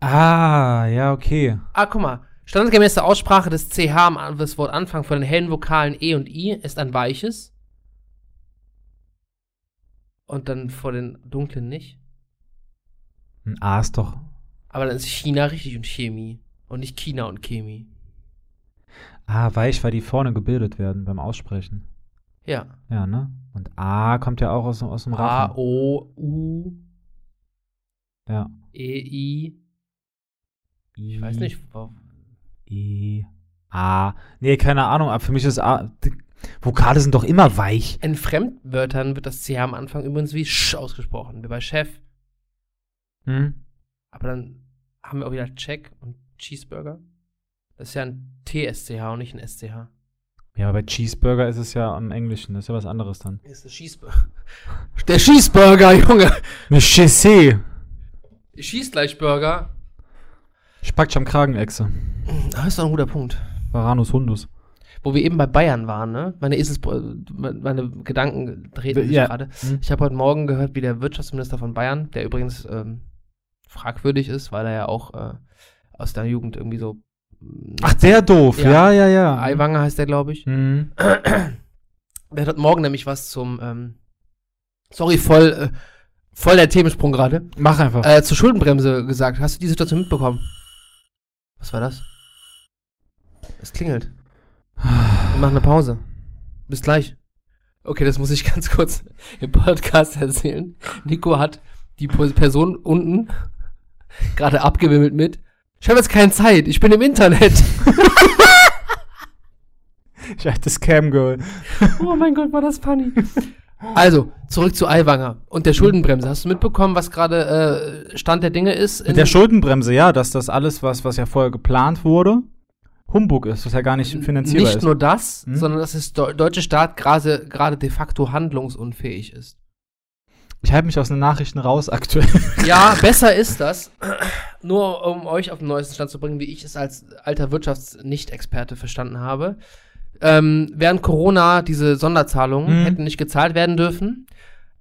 S2: Ah, ja, okay.
S1: Ah, guck mal. Standardgemäße Aussprache des CH am An- des Wortanfang von den hellen Vokalen E und I ist ein weiches. Und dann vor den dunklen nicht.
S2: Ein A ist doch.
S1: Aber dann ist China richtig und Chemie. Und nicht China und Chemie.
S2: Ah, weich, weil die vorne gebildet werden beim Aussprechen.
S1: Ja.
S2: Ja, ne? Und A kommt ja auch aus, dem- aus dem Rachen.
S1: A, O, U,
S2: Ja.
S1: E, I. Ich weiß nicht, warum.
S2: E, A. Nee, keine Ahnung, aber für mich ist A. D- Vokale sind doch immer weich.
S1: In Fremdwörtern wird das CH am Anfang übrigens wie Sch ausgesprochen. Wie bei Chef.
S2: Hm?
S1: Aber dann haben wir auch wieder Check und Cheeseburger. Das ist ja ein TSCH und nicht ein SCH.
S2: Ja, aber bei Cheeseburger ist es ja im Englischen, das ist ja was anderes dann.
S1: Ist ein Schießburger. Der Schießburger, Junge!
S2: Eine Chessé.
S1: Ich schieß gleich Burger.
S2: Spackt am Kragenechse.
S1: Das Ah, ist doch ein guter Punkt.
S2: Varanus Hundus.
S1: Wo wir eben bei Bayern waren, ne? Meine, Esels, meine Gedanken drehten sich
S2: Ja.
S1: gerade.
S2: Hm?
S1: Ich habe heute Morgen gehört, wie der Wirtschaftsminister von Bayern, der übrigens ähm, fragwürdig ist, weil er ja auch äh, aus der Jugend irgendwie so.
S2: Ach, mhm. der doof.
S1: Ja.
S2: Ja, ja, ja.
S1: Eiwanger heißt der, glaube ich.
S2: Hm.
S1: Der hat heute Morgen nämlich was zum. Ähm, sorry, voll, äh, voll der Themensprung gerade.
S2: Mach einfach.
S1: Äh, zur Schuldenbremse gesagt. Hast du die Situation mitbekommen? Was war das? Es klingelt. Wir machen eine Pause. Bis gleich. Okay, das muss ich ganz kurz im Podcast erzählen. Nico hat die Po- Person unten gerade abgewimmelt mit. Ich habe jetzt keine Zeit, ich bin im Internet.
S2: Ich hatte Scam Girl.
S1: Oh mein Gott, war das funny. Also, zurück zu Aiwanger und der Schuldenbremse. Hast du mitbekommen, was gerade äh, Stand der Dinge ist? in-
S2: Mit der Schuldenbremse, ja, dass das alles, was, was ja vorher geplant wurde, Humbug ist, was ja gar nicht finanzierbar
S1: Nicht
S2: ist.
S1: nur das,
S2: Hm?
S1: sondern dass der deutsche Staat gerade, gerade de facto handlungsunfähig ist.
S2: Ich halte mich aus den Nachrichten raus aktuell.
S1: Ja, besser ist das. Nur um euch auf den neuesten Stand zu bringen, wie ich es als alter Wirtschaftsnichtexperte verstanden habe. Ähm, während Corona diese Sonderzahlungen
S2: Mhm.
S1: hätten nicht gezahlt werden dürfen.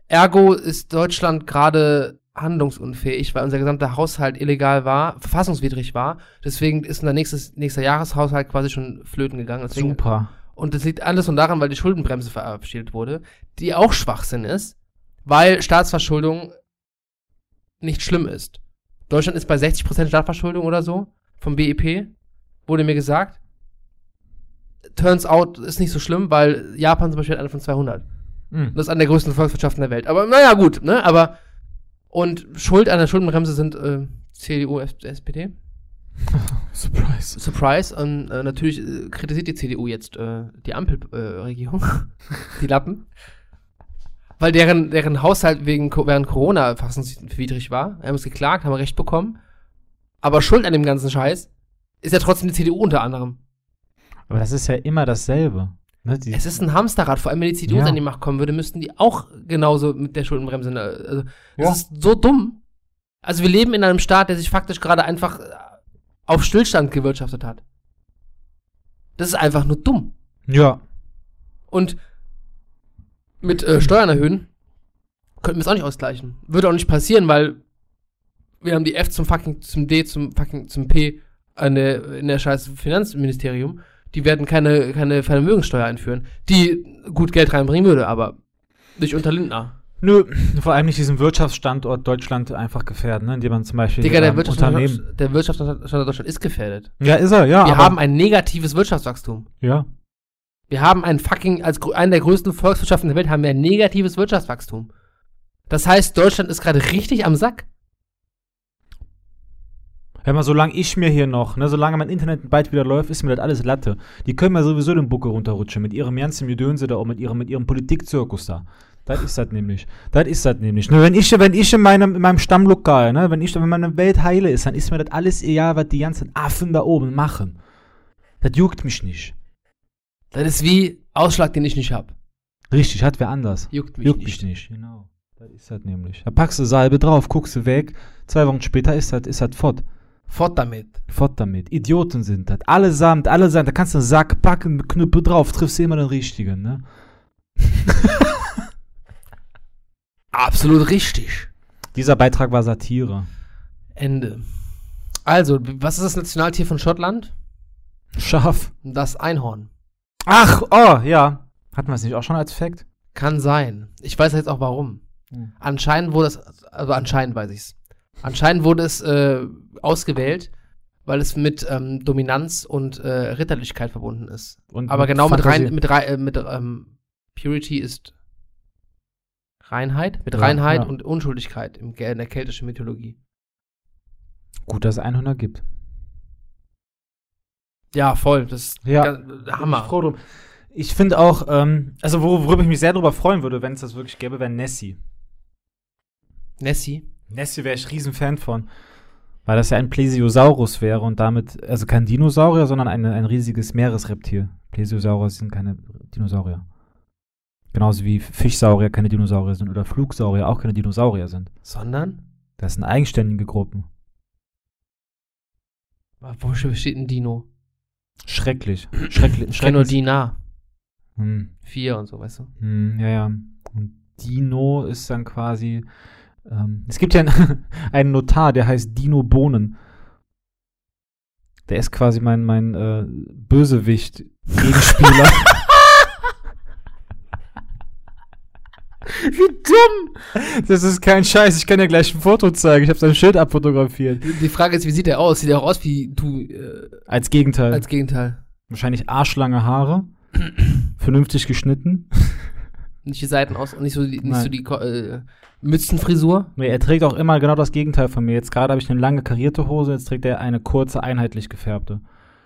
S1: Ergo ist Deutschland gerade handlungsunfähig, weil unser gesamter Haushalt illegal war, verfassungswidrig war. Deswegen ist unser nächstes, nächster Jahreshaushalt quasi schon flöten gegangen. Deswegen
S2: Super.
S1: und das liegt alles nur daran, weil die Schuldenbremse verabschiedet wurde, die auch Schwachsinn ist, weil Staatsverschuldung nicht schlimm ist. Deutschland ist bei 60% Staatsverschuldung oder so vom BIP, wurde mir gesagt. Turns out ist nicht so schlimm, weil Japan zum Beispiel hat eine von 200.
S2: Mhm.
S1: Das ist eine der größten Volkswirtschaften der Welt. Aber naja, gut, ne? Aber und Schuld an der Schuldenbremse sind äh, CDU, SPD?
S2: Surprise.
S1: Surprise. Und äh, natürlich äh, kritisiert die CDU jetzt äh, die Ampelregierung, äh, Regierung, die Lappen. Weil deren, deren Haushalt wegen, Co- während Corona fassungswidrig war. Wir haben es geklagt, haben Recht bekommen. Aber schuld an dem ganzen Scheiß ist ja trotzdem die CDU unter anderem.
S2: Aber das ist ja immer dasselbe. Ne? Die,
S1: Es ist ein Hamsterrad. Vor allem, wenn die CDU
S2: Ja.
S1: an die Macht kommen würde, müssten die auch genauso mit der Schuldenbremse. ne, Also, das
S2: Ja.
S1: ist so dumm. Also, wir leben in einem Staat, der sich faktisch gerade einfach äh, auf Stillstand gewirtschaftet hat. Das ist einfach nur dumm.
S2: ja.
S1: Und mit äh, Steuern erhöhen könnten wir es auch nicht ausgleichen. Würde auch nicht passieren, weil wir haben die F zum fucking, zum D, zum fucking, zum P an der, in der scheiß Finanzministerium. Die werden keine, keine Vermögenssteuer einführen, die gut Geld reinbringen würde, aber nicht unter Lindner.
S2: Nö, vor allem nicht diesen Wirtschaftsstandort Deutschland einfach gefährden, ne? indem man zum Beispiel
S1: Digga, der
S2: ähm,
S1: Wirtschaftsstandort
S2: Unternehmen.
S1: der Wirtschaftsstandort Deutschland ist gefährdet.
S2: Ja, ist er, ja.
S1: Wir
S2: aber-
S1: haben ein negatives Wirtschaftswachstum.
S2: Ja.
S1: Wir haben ein fucking, als grö- eine der größten Volkswirtschaften der Welt, haben wir ein negatives Wirtschaftswachstum. Das heißt, Deutschland ist gerade richtig am Sack.
S2: Hör mal, solange ich mir hier noch, ne, solange mein Internet bald wieder läuft, ist mir das alles Latte. Die können mir sowieso den Bucke runterrutschen mit ihrem ganzen Gedönse da und mit ihrem, mit ihrem Politikzirkus da. Das ist das nämlich. Das ist das nämlich. Nur wenn ich, wenn ich in meinem, in meinem Stammlokal, ne, wenn ich, wenn meine Welt heile ist, dann ist mir das alles egal, was die ganzen Affen da oben machen. Das juckt mich nicht.
S1: Das ist wie Ausschlag, den ich nicht hab.
S2: Richtig, hat wer anders.
S1: Juckt mich
S2: Juckt
S1: nicht.
S2: mich nicht. Genau. Das ist das nämlich. Da packst du Salbe drauf, guckst du weg, zwei Wochen später ist das, ist das fort.
S1: Fort damit.
S2: Fort damit. Idioten sind das. Allesamt, allesamt. Da kannst du einen Sack packen, mit Knüppel drauf, triffst du immer den richtigen, ne?
S1: Absolut richtig.
S2: Dieser Beitrag war Satire.
S1: Ende. Also, was ist das Nationaltier von Schottland?
S2: Scharf.
S1: Das Einhorn.
S2: Ach, oh, ja. Hatten wir es nicht auch schon als Fact?
S1: Kann sein. Ich weiß jetzt auch warum.
S2: Hm.
S1: Anscheinend wurde es, also anscheinend weiß ich's. Anscheinend wurde es äh, ausgewählt, weil es mit ähm, Dominanz und äh, Ritterlichkeit verbunden ist.
S2: Und
S1: Aber genau mit,
S2: Fantasie.
S1: rein, mit, rei- äh, mit ähm, Purity ist Reinheit, mit
S2: Ja,
S1: Reinheit
S2: ja.
S1: und Unschuldigkeit im, in der keltischen Mythologie.
S2: Gut, dass es 100 gibt.
S1: Ja, voll. Das ist
S2: Ja.
S1: ganz-
S2: Ich,
S1: Äh, Hammer.
S2: froh drum. ich finde auch, ähm, also wor- worüber ich mich sehr darüber freuen würde, wenn es das wirklich gäbe, wäre Nessie.
S1: Nessie.
S2: Nessie wäre ich riesen Fan von. Weil das ja ein Plesiosaurus wäre und damit, also kein Dinosaurier, sondern eine, ein riesiges Meeresreptil. Plesiosaurier sind keine Dinosaurier. Genauso wie Fischsaurier keine Dinosaurier sind oder Flugsaurier auch keine Dinosaurier sind.
S1: Sondern?
S2: Das sind eigenständige Gruppen.
S1: Wo steht ein Dino?
S2: Schrecklich. Schrecklich.
S1: Ich kenne nur
S2: Schrecklich.
S1: Dina.
S2: Hm,
S1: 4 und so, weißt du?
S2: hm, ja, ja. Und Dino ist dann quasi. Ähm, es gibt ja einen, einen Notar, der heißt Dino Bohnen. Der ist quasi mein, mein äh, Bösewicht Gegenspieler. Wie dumm! Das ist kein Scheiß, ich kann dir gleich ein Foto zeigen. Ich habe sein Schild abfotografiert.
S1: Die Frage ist, wie sieht der aus? Sieht der auch aus wie du äh,
S2: Als Gegenteil.
S1: als Gegenteil?
S2: Wahrscheinlich arschlange Haare. vernünftig geschnitten.
S1: Nicht die Seiten aus und nicht so die, nicht
S2: Nein.
S1: so die Ko- äh, Mützenfrisur?
S2: Nee, er trägt auch immer genau das Gegenteil von mir. Jetzt gerade habe ich eine lange karierte Hose, jetzt trägt er eine kurze, einheitlich gefärbte.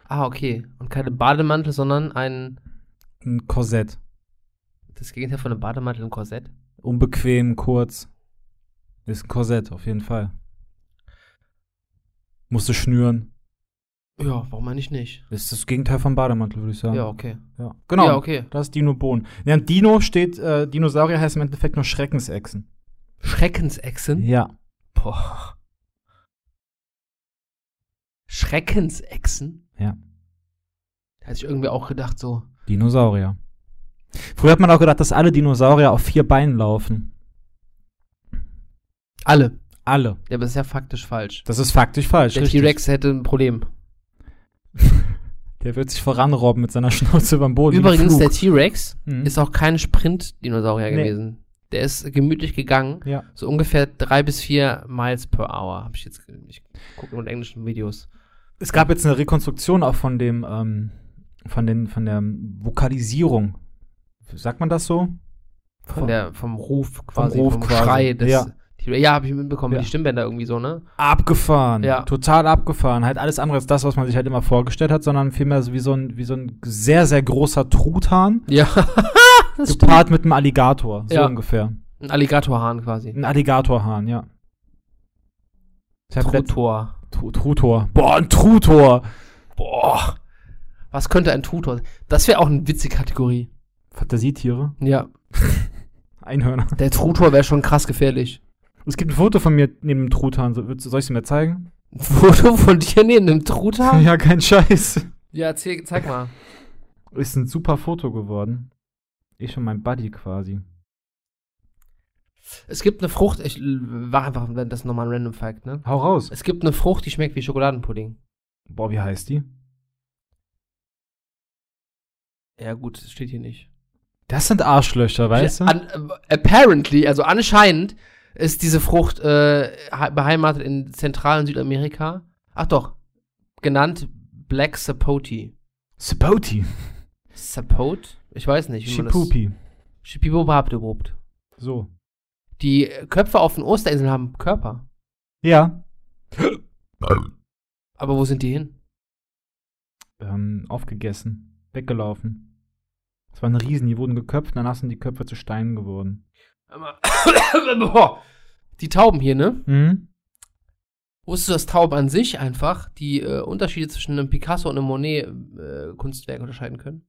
S1: Ah, okay. Und keine Bademantel, sondern ein.
S2: Ein Korsett.
S1: Das Gegenteil von einem Bademantel und Korsett?
S2: Unbequem, kurz. Ist ein Korsett, auf jeden Fall. Musste schnüren.
S1: Ja, warum eigentlich nicht?
S2: Ist das Gegenteil vom Bademantel, würde ich sagen.
S1: Ja, okay.
S2: Ja. Genau.
S1: Ja, okay.
S2: Das ist Dino Bohnen. Ja, Dino steht, äh, Dinosaurier heißt im Endeffekt nur Schreckensechsen.
S1: Schreckensechsen?
S2: Ja.
S1: Boah. Schreckensechsen?
S2: Ja.
S1: Da hätte ich irgendwie auch gedacht, so.
S2: Dinosaurier. Früher hat man auch gedacht, dass alle Dinosaurier auf vier Beinen laufen.
S1: Alle.
S2: Alle.
S1: Ja, aber das ist ja faktisch falsch.
S2: Das ist faktisch falsch.
S1: Der
S2: richtig.
S1: T-Rex hätte ein Problem.
S2: Der wird sich voranrobben mit seiner Schnauze über den Boden. wie ein
S1: Übrigens, der
S2: Flug.
S1: T-Rex
S2: Mhm.
S1: ist auch kein Sprint-Dinosaurier
S2: Nee.
S1: gewesen. Der ist gemütlich gegangen.
S2: Ja.
S1: So ungefähr drei bis vier Miles per Hour. Hab ich jetzt. ge- Ich gucke nur in englischen Videos.
S2: Es gab jetzt eine Rekonstruktion auch von dem, ähm, von den, von der Vokalisierung. Sagt man das so?
S1: Von der, vom Ruf quasi.
S2: Ruf
S1: vom
S2: quasi,
S1: Schrei des.
S2: ja.
S1: T-Rex. Ja, habe ich mitbekommen.
S2: Ja.
S1: Die Stimmbänder irgendwie so, ne?
S2: Abgefahren.
S1: Ja.
S2: Total abgefahren. Halt alles andere als das, was man sich halt immer vorgestellt hat, sondern vielmehr so wie so ein, wie so ein sehr, sehr großer Truthahn,
S1: Ja. das stimmt.
S2: gepaart mit einem Alligator. So
S1: Ja.
S2: ungefähr.
S1: Ein Alligatorhahn quasi.
S2: Ein Alligatorhahn, ja. Ich hab letzt-
S1: Trutor.
S2: Tru- Trutor. Boah, ein Trutor.
S1: Boah. Was könnte ein Tutor sein? Das wäre auch eine witzige Kategorie.
S2: Fantasietiere.
S1: Ja.
S2: Einhörner.
S1: Der Trutor wäre schon krass gefährlich.
S2: Es gibt ein Foto von mir neben dem Truthahn. So- willst du- Soll ich es mir zeigen?
S1: Ein Foto von dir neben einem Trutor?
S2: Ja, kein Scheiß.
S1: Ja, erzähl, zeig mal.
S2: Ist ein super Foto geworden. Ich und mein Buddy quasi.
S1: Es gibt eine Frucht, ich war einfach das ist nochmal ein Random Fact, ne?
S2: Hau raus.
S1: Es gibt eine Frucht, die schmeckt wie Schokoladenpudding.
S2: Boah, wie heißt die?
S1: Ja, gut, das steht hier nicht.
S2: Das sind Arschlöcher, weißt du?
S1: An, äh, apparently, also anscheinend, ist diese Frucht äh, ha- beheimatet in Zentral- und Südamerika. Ach doch, genannt Black Sapote.
S2: Sapoti.
S1: Sapote? Ich weiß nicht. wie man das-
S2: Chipupi.
S1: Schipibobabdewobt.
S2: So.
S1: Die Köpfe auf den Osterinseln haben Körper.
S2: Ja.
S1: Aber wo sind die hin?
S2: Ähm, aufgegessen. Weggelaufen. Das waren Riesen, die wurden geköpft, danach sind die Köpfe zu Steinen geworden.
S1: Boah. Die Tauben hier, ne?
S2: Mhm.
S1: Wusstest du, dass Tauben an sich einfach die äh, Unterschiede zwischen einem Picasso und einem Monet-Kunstwerk unterscheiden können?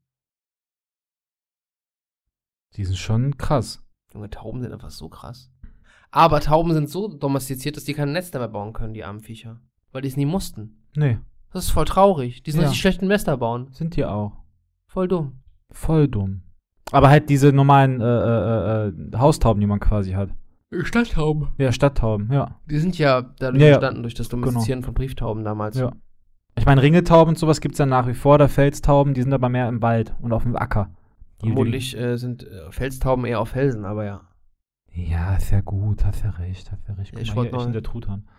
S2: Die sind schon krass.
S1: Junge, Tauben sind einfach so krass. Aber Tauben sind so domestiziert, dass die keine Nester mehr bauen können, die armen Viecher. Weil die es nie mussten.
S2: Nee,
S1: Das ist voll traurig. Die sind
S2: Ja.
S1: richtig schlecht im Nester bauen.
S2: sind die auch.
S1: Voll dumm.
S2: Voll dumm. Aber halt diese normalen äh, äh, äh, äh, Haustauben, die man quasi hat.
S1: Stadttauben.
S2: Ja, Stadttauben, ja.
S1: Die sind ja dadurch
S2: Ja, ja.
S1: entstanden, durch das Domestizieren von Brieftauben damals.
S2: Ja. Ich meine, Ringetauben und sowas gibt es ja nach wie vor, oder Felstauben, die sind aber mehr im Wald und auf dem Acker. Die-
S1: Vermutlich äh, sind äh, Felstauben eher auf Felsen, aber ja.
S2: Die, ja, ist ja gut, hat ja recht, hat ja recht. Guck
S1: Ich
S2: mal,
S1: wollt
S2: hier, ich
S1: mal-
S2: bin der Truthahn.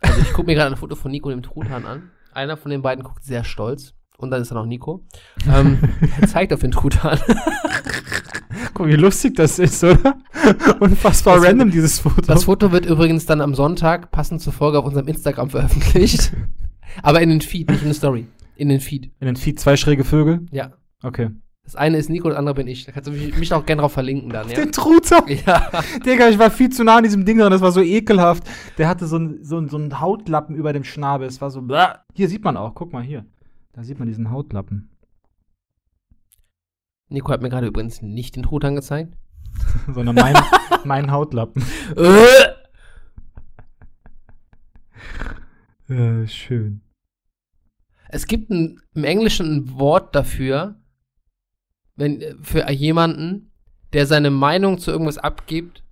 S1: Also ich gucke mir gerade ein Foto von Nico und dem Truthahn an. Einer von den beiden guckt sehr stolz. Und dann ist da noch Nico. Ähm, er zeigt auf den Truthahn.
S2: Guck, wie lustig das ist, oder? Unfassbar
S1: Das-
S2: random, dieses Foto.
S1: Das Foto wird übrigens dann am Sonntag passend zur Folge auf unserem Instagram veröffentlicht. Aber in den Feed, nicht in der Story. In den Feed,
S2: In den Feed zwei schräge Vögel.
S1: ja.
S2: Okay.
S1: Das eine ist Nico, das andere bin ich. Da kannst du mich, mich auch gerne drauf verlinken dann, ja.
S2: Den Truthahn.
S1: Ja,
S2: Digga, ich war viel zu nah an diesem Ding dran, das war so ekelhaft. Der hatte so einen so einen- so einen Hautlappen über dem Schnabel, es war so. bläh. Hier sieht man auch, guck mal hier. Da sieht man diesen Hautlappen.
S1: Nico hat mir gerade übrigens nicht den Truthahn gezeigt.
S2: Sondern mein, mein Hautlappen.
S1: Äh,
S2: Äh, schön.
S1: Es gibt ein, im Englischen ein Wort dafür, wenn, für jemanden, der seine Meinung zu irgendwas abgibt,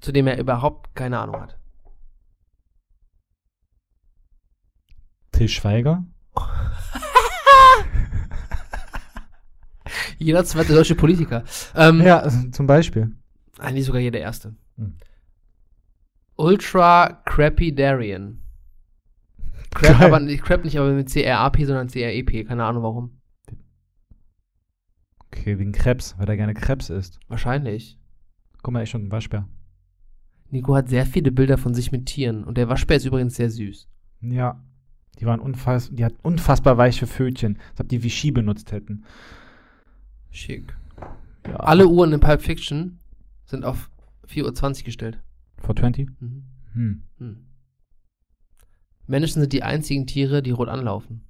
S1: zu dem er überhaupt keine Ahnung hat.
S2: Till Schweiger?
S1: Jeder zweite deutsche Politiker. Ähm,
S2: Ja, zum Beispiel.
S1: Eigentlich sogar jeder erste.
S2: Hm.
S1: Ultra Crappy Darien. Crap,
S2: Geil.
S1: aber nicht, Crap nicht, aber mit CRAP, sondern CREP. Keine Ahnung warum.
S2: Okay, wegen Krebs, weil er gerne Krebs isst.
S1: Wahrscheinlich.
S2: Guck mal, echt schon ein Waschbär.
S1: Nico hat sehr viele Bilder von sich mit Tieren. Und der Waschbär ist übrigens sehr süß.
S2: Ja. Die waren unfass die hatten unfassbar weiche Fötchen, als ob die Vichy benutzt hätten.
S1: Schick.
S2: Ja.
S1: Alle Uhren in Pulp Fiction sind auf 4.20 Uhr gestellt.
S2: 420?
S1: Mhm.
S2: Hm.
S1: Hm. Menschen sind die einzigen Tiere, die rot anlaufen.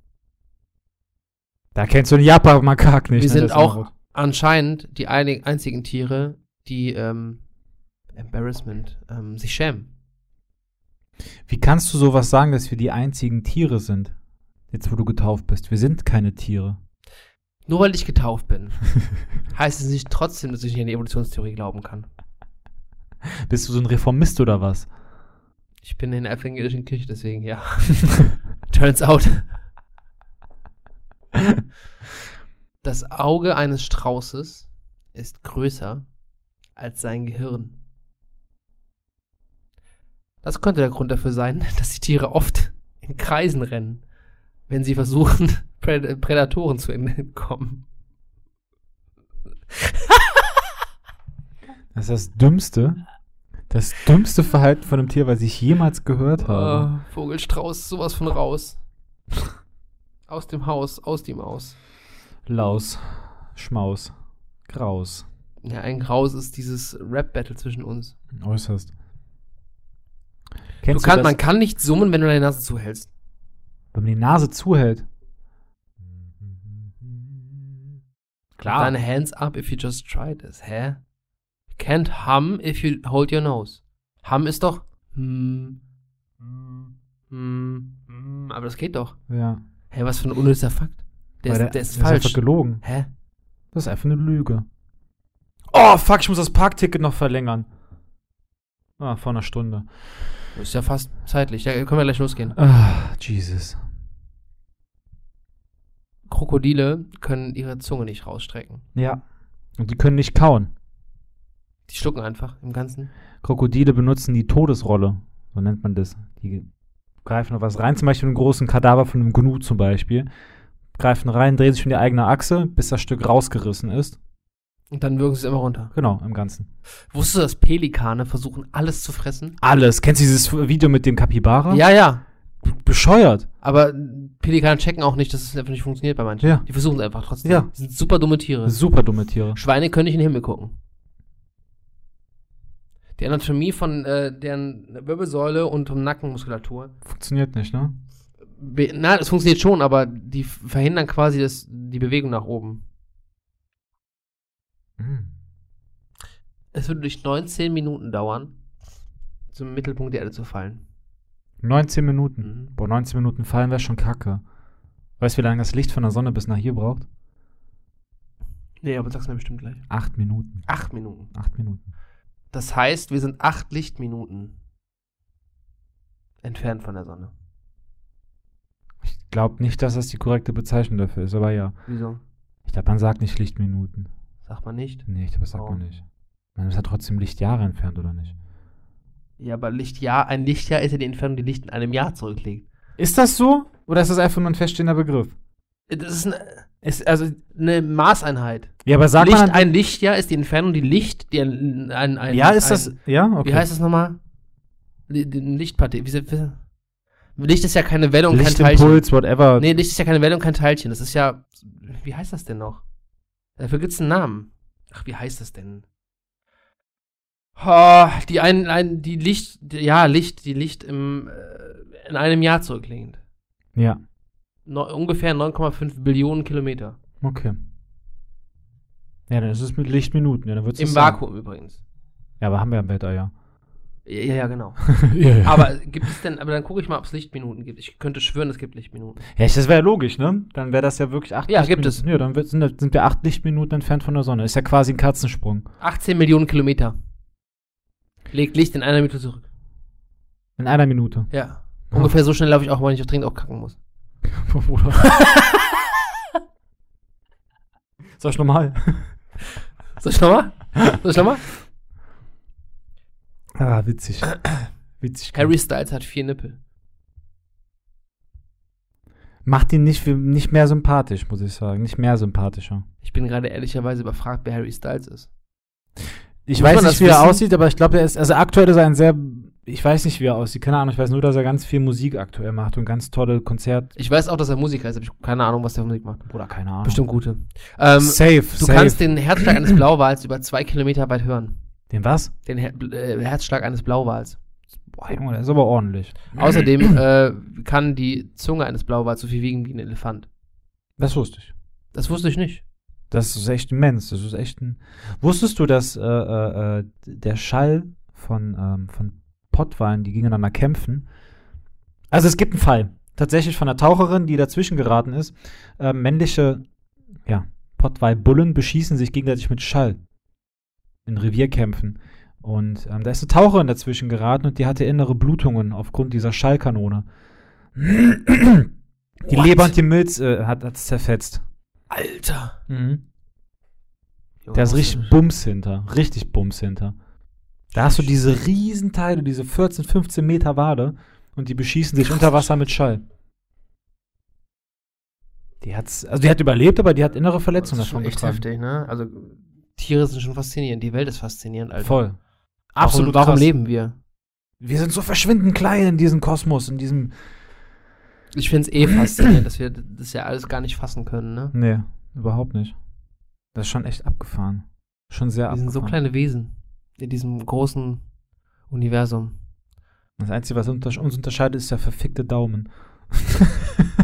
S2: Da kennst du den Japa-Makak nicht.
S1: Wir
S2: ne?
S1: sind
S2: Der ist immer
S1: auch
S2: rot.
S1: anscheinend die einig- einzigen Tiere, die ähm, Embarrassment, ähm, sich schämen.
S2: Wie kannst du sowas sagen, dass wir die einzigen Tiere sind? Jetzt, wo du getauft bist. Wir sind keine Tiere.
S1: Nur weil ich getauft bin, heißt es nicht trotzdem, dass ich nicht an die Evolutionstheorie glauben kann.
S2: Bist du so ein Reformist oder was?
S1: Ich bin in der evangelischen Kirche, deswegen ja. Turns out. Das Auge eines Straußes ist größer als sein Gehirn. Das könnte der Grund dafür sein, dass die Tiere oft in Kreisen rennen, wenn sie versuchen, Pred Prädatoren zu entkommen.
S2: Das ist das dümmste, das dümmste Verhalten von einem Tier, was ich jemals gehört habe.
S1: Oh, Vogelstrauß, sowas von raus. Aus dem Haus, aus dem Haus.
S2: Laus, Schmaus, Graus.
S1: Ja, ein Graus ist dieses Rap-Battle zwischen uns.
S2: Äußerst.
S1: Du
S2: Kennst du
S1: kann,
S2: das,
S1: man kann nicht summen, wenn du deine Nase zuhältst.
S2: wenn man die Nase zuhält? Klar.
S1: Deine hands up if you just try this. Hä? You can't hum if you hold your nose. Hum ist doch hm, hm, hm, aber das geht doch.
S2: ja.
S1: Hä, was für ein unnützer Fakt. Der,
S2: Weil
S1: ist, der ist
S2: der
S1: falsch.
S2: einfach gelogen.
S1: Hä?
S2: Das ist einfach eine Lüge. Oh, fuck, ich muss das Parkticket noch verlängern. Ah, vor einer Stunde.
S1: Ist ja fast zeitlich. Ja, können wir gleich losgehen.
S2: Ah, Jesus.
S1: Krokodile können ihre Zunge nicht rausstrecken.
S2: Ja. Und die können nicht kauen.
S1: Die schlucken einfach im Ganzen.
S2: Krokodile benutzen die Todesrolle. So nennt man das. Die greifen auf was rein, zum Beispiel einen großen Kadaver von einem Gnu zum Beispiel. Greifen rein, drehen sich um die eigene Achse, bis das Stück rausgerissen ist.
S1: Und dann würgen sie es immer runter.
S2: Genau, im Ganzen.
S1: Wusstest du, dass Pelikane versuchen, alles zu fressen?
S2: Alles. Kennst du dieses Video mit dem Kapibara?
S1: Ja, ja.
S2: B bescheuert.
S1: Aber Pelikane checken auch nicht, dass es einfach nicht funktioniert bei manchen.
S2: Ja.
S1: Die versuchen es einfach trotzdem.
S2: Ja.
S1: Das sind super dumme Tiere.
S2: Super dumme Tiere.
S1: Schweine können nicht in den Himmel gucken. Die Anatomie von äh, deren Wirbelsäule und vom Nackenmuskulatur.
S2: Funktioniert nicht, ne?
S1: Be na, das funktioniert schon, aber die f- verhindern quasi das, die Bewegung nach oben.
S2: Mhm.
S1: Es würde durch 19 Minuten dauern, zum Mittelpunkt der Erde zu fallen.
S2: 19 Minuten.
S1: Mhm.
S2: Boah, 19 Minuten fallen wäre schon kacke. Weißt du, wie lange das Licht von der Sonne bis nach hier braucht?
S1: Nee, aber sag's mir bestimmt gleich.
S2: Acht Minuten.
S1: Acht Minuten.
S2: Acht Minuten.
S1: Das heißt, wir sind acht Lichtminuten entfernt von der Sonne.
S2: Ich glaube nicht, dass das die korrekte Bezeichnung dafür ist, aber ja.
S1: Wieso?
S2: Ich glaube, man sagt nicht Lichtminuten.
S1: Sagt man nicht.
S2: Nee, ich glaube, das sagt
S1: Warum?
S2: man nicht. Man ist ja trotzdem Lichtjahre entfernt, oder nicht?
S1: Ja, aber Lichtjahr, ein Lichtjahr ist ja die Entfernung, die Licht in einem Jahr zurückliegt.
S2: Ist das so? Oder ist das einfach nur ein feststehender Begriff?
S1: Das ist eine,
S2: Ist, also,
S1: eine Maßeinheit.
S2: ja, aber sagt
S1: Licht,
S2: man.
S1: ein Lichtjahr ist die Entfernung, die Licht, die ein, ein, ein
S2: ja, ist
S1: ein,
S2: das. Ja, okay.
S1: Wie heißt das nochmal? Li- die Lichtpartikel. Wie, se- wie, Licht ist ja keine Welle und kein Teilchen.
S2: Lichtimpuls, whatever.
S1: Nee, Licht ist ja keine Welle und kein Teilchen. Das ist ja. Wie heißt das denn noch? Dafür gibt's einen Namen. Ach, wie heißt das denn? Ha, die ein, ein, die Licht, die, ja, Licht, die Licht im, äh, in einem Jahr zurückliegend.
S2: Ja,
S1: Neu- ungefähr 9,5 Billionen Kilometer.
S2: okay. Ja, dann ist es mit Lichtminuten. Ja, dann wird's
S1: Im
S2: das sein.
S1: Vakuum übrigens.
S2: Ja, aber haben wir im Wetter, ja.
S1: Ja, ja, genau.
S2: ja, ja.
S1: aber gibt es denn, aber dann gucke ich mal, ob es Lichtminuten gibt. Ich könnte schwören, es gibt Lichtminuten.
S2: Ja, ich- das wäre ja logisch, ne? Dann wäre das ja wirklich acht
S1: Ja, gibt
S2: Lichtminuten.
S1: es.
S2: Ja, dann wird, sind, sind wir acht Lichtminuten entfernt von der Sonne. Ist ja quasi ein Katzensprung.
S1: 18 Millionen Kilometer. Legt Licht in einer Minute zurück.
S2: In einer Minute.
S1: Ja.
S2: Hm.
S1: Ungefähr so schnell laufe ich auch, weil ich auch dringend auch kacken muss.
S2: Bruder. Ist das normal?
S1: Soll ich nochmal? Soll ich nochmal?
S2: Ah, witzig. witzig.
S1: Harry Styles hat vier Nippel.
S2: Macht ihn nicht, nicht mehr sympathisch, muss ich sagen. Nicht mehr sympathischer.
S1: Ich bin gerade ehrlicherweise überfragt, wer Harry Styles ist.
S2: Ich
S1: Muss
S2: weiß
S1: man
S2: nicht,
S1: das
S2: wie er
S1: wissen?
S2: aussieht, aber ich glaube, er ist, also aktuell ist er ein sehr, ich weiß nicht, wie er aussieht, keine Ahnung, ich weiß nur, dass er ganz viel Musik aktuell macht und ganz tolle Konzert,
S1: Ich weiß auch, dass er Musiker ist, aber ich habe keine Ahnung, was der für Musik macht.
S2: oder keine Ahnung.
S1: Bestimmt gute. Ähm,
S2: safe,
S1: du
S2: safe.
S1: kannst den Herzschlag eines Blauwals über zwei Kilometer weit hören.
S2: den was?
S1: Den Her äh, Herzschlag eines Blauwals.
S2: Boah, Junge, der ist aber ordentlich.
S1: Außerdem äh, kann die Zunge eines Blauwals so viel wiegen wie ein Elefant.
S2: Das wusste ich.
S1: Das wusste ich nicht.
S2: Das ist echt immens. Das ist echt ein. Wusstest du, dass äh, äh, äh, der Schall von, ähm, von Pottwalen, die gegeneinander kämpfen. Also es gibt einen Fall, tatsächlich von einer Taucherin, die dazwischen geraten ist. Äh, männliche, ja, Pottwalbullen beschießen sich gegenseitig mit Schall in Revierkämpfen. Und ähm, da ist eine Taucherin dazwischen geraten und die hatte innere Blutungen aufgrund dieser Schallkanone. Die
S1: What?
S2: Leber und die Milz äh, hat es zerfetzt.
S1: Alter.
S2: Mhm.
S1: Junge,
S2: Da ist
S1: was
S2: richtig Bums hinter. Richtig Bums hinter. Da hast du diese Riesenteile, diese 14, 15 Meter Wade und die beschießen sich unter Wasser mit Schall. Die hat's, also die hat überlebt, aber die hat innere
S1: Das
S2: Verletzungen
S1: ist schon
S2: davon
S1: echt
S2: getragen.
S1: heftig, ne? Also, Tiere sind schon faszinierend. Die Welt ist faszinierend, Alter.
S2: Voll.
S1: Absolut.
S2: Absolut
S1: Warum, warum
S2: krass.
S1: leben wir?
S2: Wir sind so verschwindend klein in diesem Kosmos, in diesem.
S1: Ich finde es eh faszinierend, dass wir das ja alles gar nicht fassen können, ne?
S2: Nee, überhaupt nicht. Das ist schon echt abgefahren. Schon sehr
S1: Wir
S2: abgefahren.
S1: sind so kleine Wesen in diesem großen Universum.
S2: Das Einzige, was unter- uns unterscheidet, ist der verfickte Daumen.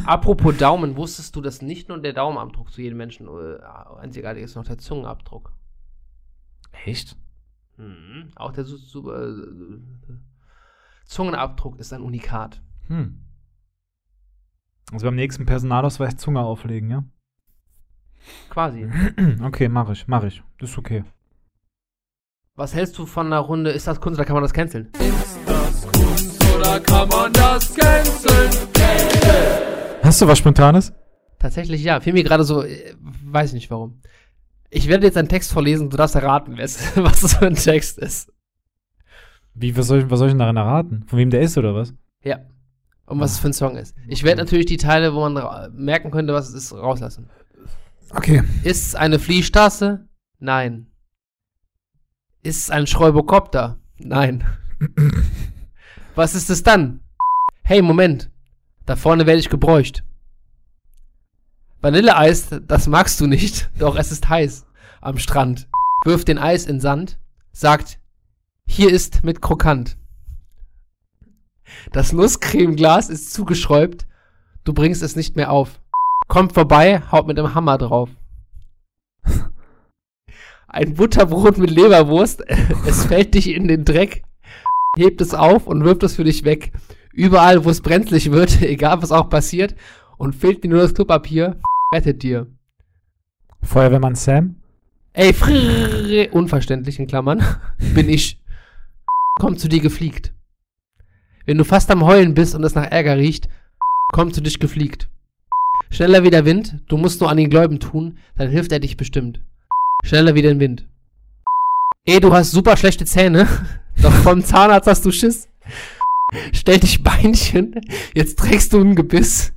S1: Apropos Daumen, wusstest du, dass nicht nur der Daumenabdruck zu jedem Menschen äh, einzigartig ist, sondern auch der Zungenabdruck?
S2: Echt?
S1: Mhm. Auch der Su Su äh, Zungenabdruck ist ein Unikat.
S2: Hm. Also beim nächsten Personalausweis Zunge auflegen, ja?
S1: Quasi.
S2: Okay, mach ich, mach ich. Das ist okay.
S1: Was hältst du von einer Runde? Ist das Kunst oder kann man das canceln?
S2: Hast du was Spontanes?
S1: Tatsächlich ja. Fiel mir gerade so, äh, weiß nicht warum. Ich werde jetzt einen Text vorlesen, du darfst erraten, wer es- was das für ein Text ist.
S2: Wie, was soll ich, was soll ich denn daran erraten? Von wem der ist oder was?
S1: Ja. Und was es für ein Song ist. Ich werde natürlich die Teile, wo man ra- merken könnte, was es ist, rauslassen.
S2: Okay.
S1: Ist es eine Fliehstraße? Nein. Ist es ein Schräubokopter? Nein. was ist es dann? Hey, Moment. Da vorne werde ich gebräucht. Vanilleeis, das magst du nicht, doch es ist heiß am Strand. Wirft den Eis in Sand, sagt, hier ist mit krokant. Das Nusscremeglas ist zugeschräubt, du bringst es nicht mehr auf. Kommt vorbei, haut mit dem Hammer drauf. Ein Butterbrot mit Leberwurst, es fällt dich in den Dreck, hebt es auf und wirft es für dich weg. Überall, wo es brenzlig wird, egal was auch passiert, und fehlt dir nur das Klopapier, rettet dir.
S2: Feuerwehrmann Sam?
S1: Ey, frrrr, unverständlich in Klammern, bin ich. Komm zu dir gefliegt. Wenn du fast am Heulen bist und es nach Ärger riecht, komm zu dich gefliegt. Schneller wie der Wind, du musst nur an den Gläuben tun, dann hilft er dich bestimmt. Schneller wie der Wind. Ey, du hast super schlechte Zähne, doch vom Zahnarzt hast du Schiss. Stell dich Beinchen, jetzt trägst du ein Gebiss.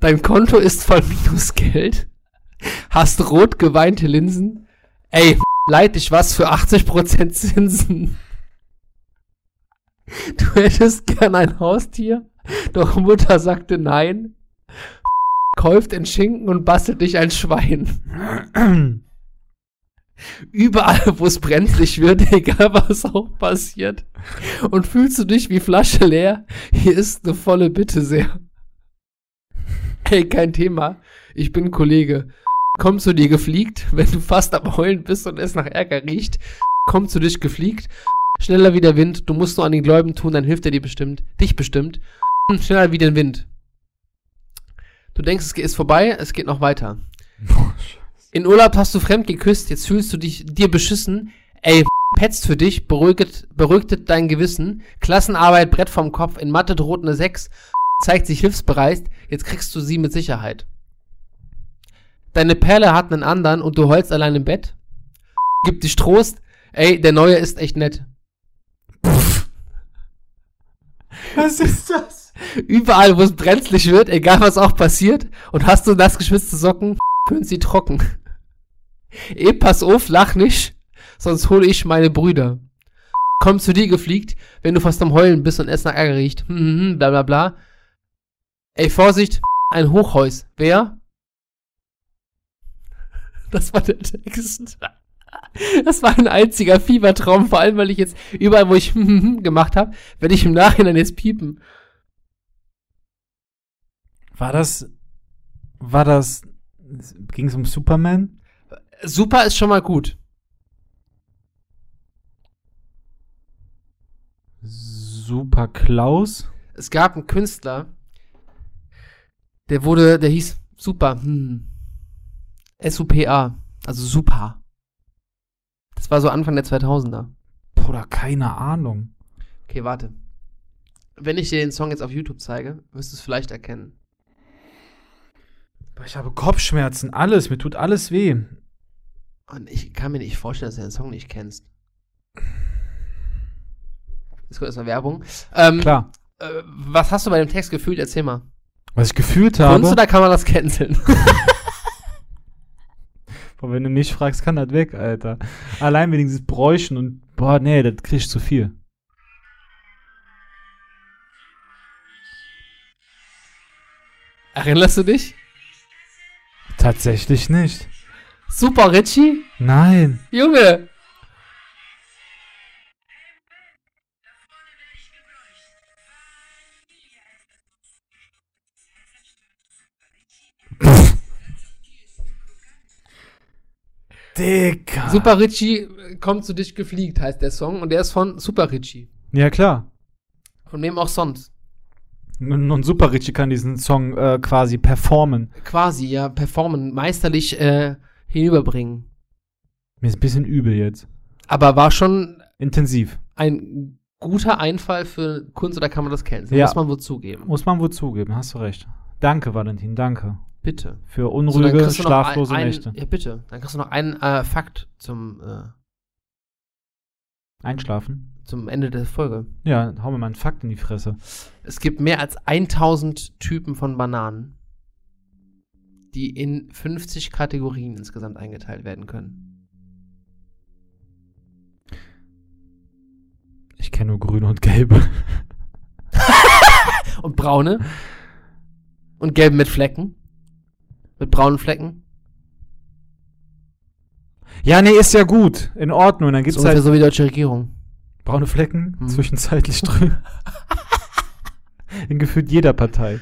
S1: Dein Konto ist voll Minusgeld hast rot geweinte Linsen. Ey, leid dich was für 80% Zinsen. Du hättest gern ein Haustier, doch Mutter sagte nein. Käuft in Schinken und bastelt dich ein Schwein. Überall, wo es brenzlig wird, egal was auch passiert. Und fühlst du dich wie Flasche leer? Hier ist eine volle Bitte sehr. Ey, kein Thema. Ich bin Kollege. Komm zu dir gefliegt, wenn du fast am Heulen bist und es nach Ärger riecht. Komm zu dich gefliegt. Schneller wie der Wind, du musst nur an den Gläuben tun, dann hilft er dir bestimmt. Dich bestimmt. Schneller wie der Wind. Du denkst, es ist vorbei, es geht noch weiter. In Urlaub hast du fremd geküsst, jetzt fühlst du dich dir beschissen. Ey, petzt für dich, beruhigt, beruhigt dein Gewissen. Klassenarbeit, Brett vom Kopf, in Mathe droht eine 6, zeigt sich hilfsbereit, jetzt kriegst du sie mit Sicherheit. Deine Perle hat einen anderen und du heulst allein im Bett. Gib dich Trost, ey, der Neue ist echt nett.
S2: Was ist das?
S1: Überall, wo es brenzlig wird, egal was auch passiert, und hast du nass geschwitzte Socken, fühlen sie trocken. Eh, pass auf, lach nicht, sonst hole ich meine Brüder. Komm zu dir gefliegt, wenn du fast am Heulen bist und es nach Ärger riecht. Hm, hm, hm, bla bla bla. Ey, Vorsicht, ein Hochhäus. Wer? Das war der Text. Das war ein einziger Fiebertraum, vor allem weil ich jetzt überall, wo ich hm, hm, hm gemacht habe, werde ich im Nachhinein jetzt piepen.
S2: War das. War das. Ging es um Superman?
S1: Super ist schon mal gut.
S2: Super Klaus.
S1: Es gab einen Künstler, der wurde, der hieß Super. Hm. S-U-P-A. Also Super. Das war so Anfang der 2000er.
S2: Bruder, keine Ahnung.
S1: Okay, warte. Wenn ich dir den Song jetzt auf YouTube zeige, wirst du es vielleicht erkennen.
S2: Boah, Ich habe Kopfschmerzen, alles. Mir tut alles weh.
S1: Und ich kann mir nicht vorstellen, dass du den Song nicht kennst. Jetzt kommt erstmal Werbung. Ähm,
S2: Klar.
S1: Äh, was hast du bei dem Text gefühlt? Erzähl mal.
S2: Was ich gefühlt
S1: Kunst
S2: habe.
S1: oder kann man das canceln?
S2: Boah, wenn du mich fragst, kann das weg, Alter. Allein wegen dieses Bräuchen und. Boah, nee, das krieg ich zu viel.
S1: Erinnerst du dich?
S2: Tatsächlich nicht.
S1: Super Richie?
S2: Nein.
S1: Junge!
S2: Dicker.
S1: Super Richie äh, kommt zu dich gefliegt, heißt der Song. Und der ist von Super Richie.
S2: Ja, klar.
S1: Von wem auch sonst.
S2: Und, und Super Richie kann diesen Song äh, quasi performen.
S1: Quasi, ja, performen, meisterlich äh, hinüberbringen.
S2: Mir ist ein bisschen übel jetzt.
S1: Aber war schon
S2: Intensiv.
S1: ein guter Einfall für Kunst oder kann man das canceln?
S2: Ja.
S1: Muss man wohl zugeben.
S2: Muss man wohl zugeben, hast du recht. Danke, Valentin, danke.
S1: Bitte.
S2: Für
S1: So, dann
S2: unruhige,
S1: kriegst du noch
S2: schlaflose
S1: ein, ein,
S2: Nächte.
S1: Ja, bitte. Dann kriegst du noch einen äh, Fakt zum, äh,
S2: Einschlafen?
S1: zum Ende der Folge.
S2: Ja, hau mir mal einen Fakt in die Fresse.
S1: Es gibt mehr als 1000 Typen von Bananen, die in 50 Kategorien insgesamt eingeteilt werden können.
S2: Ich kenne nur grüne und gelbe.
S1: Und braune und gelbe mit Flecken. Mit braunen Flecken.
S2: Ja, nee, ist ja gut. In Ordnung. Dann
S1: Ist
S2: gibt's
S1: ungefähr
S2: halt
S1: so wie die deutsche Regierung.
S2: braune Flecken,
S1: Mhm.
S2: zwischenzeitlich drüben. in gefühlt jeder Partei.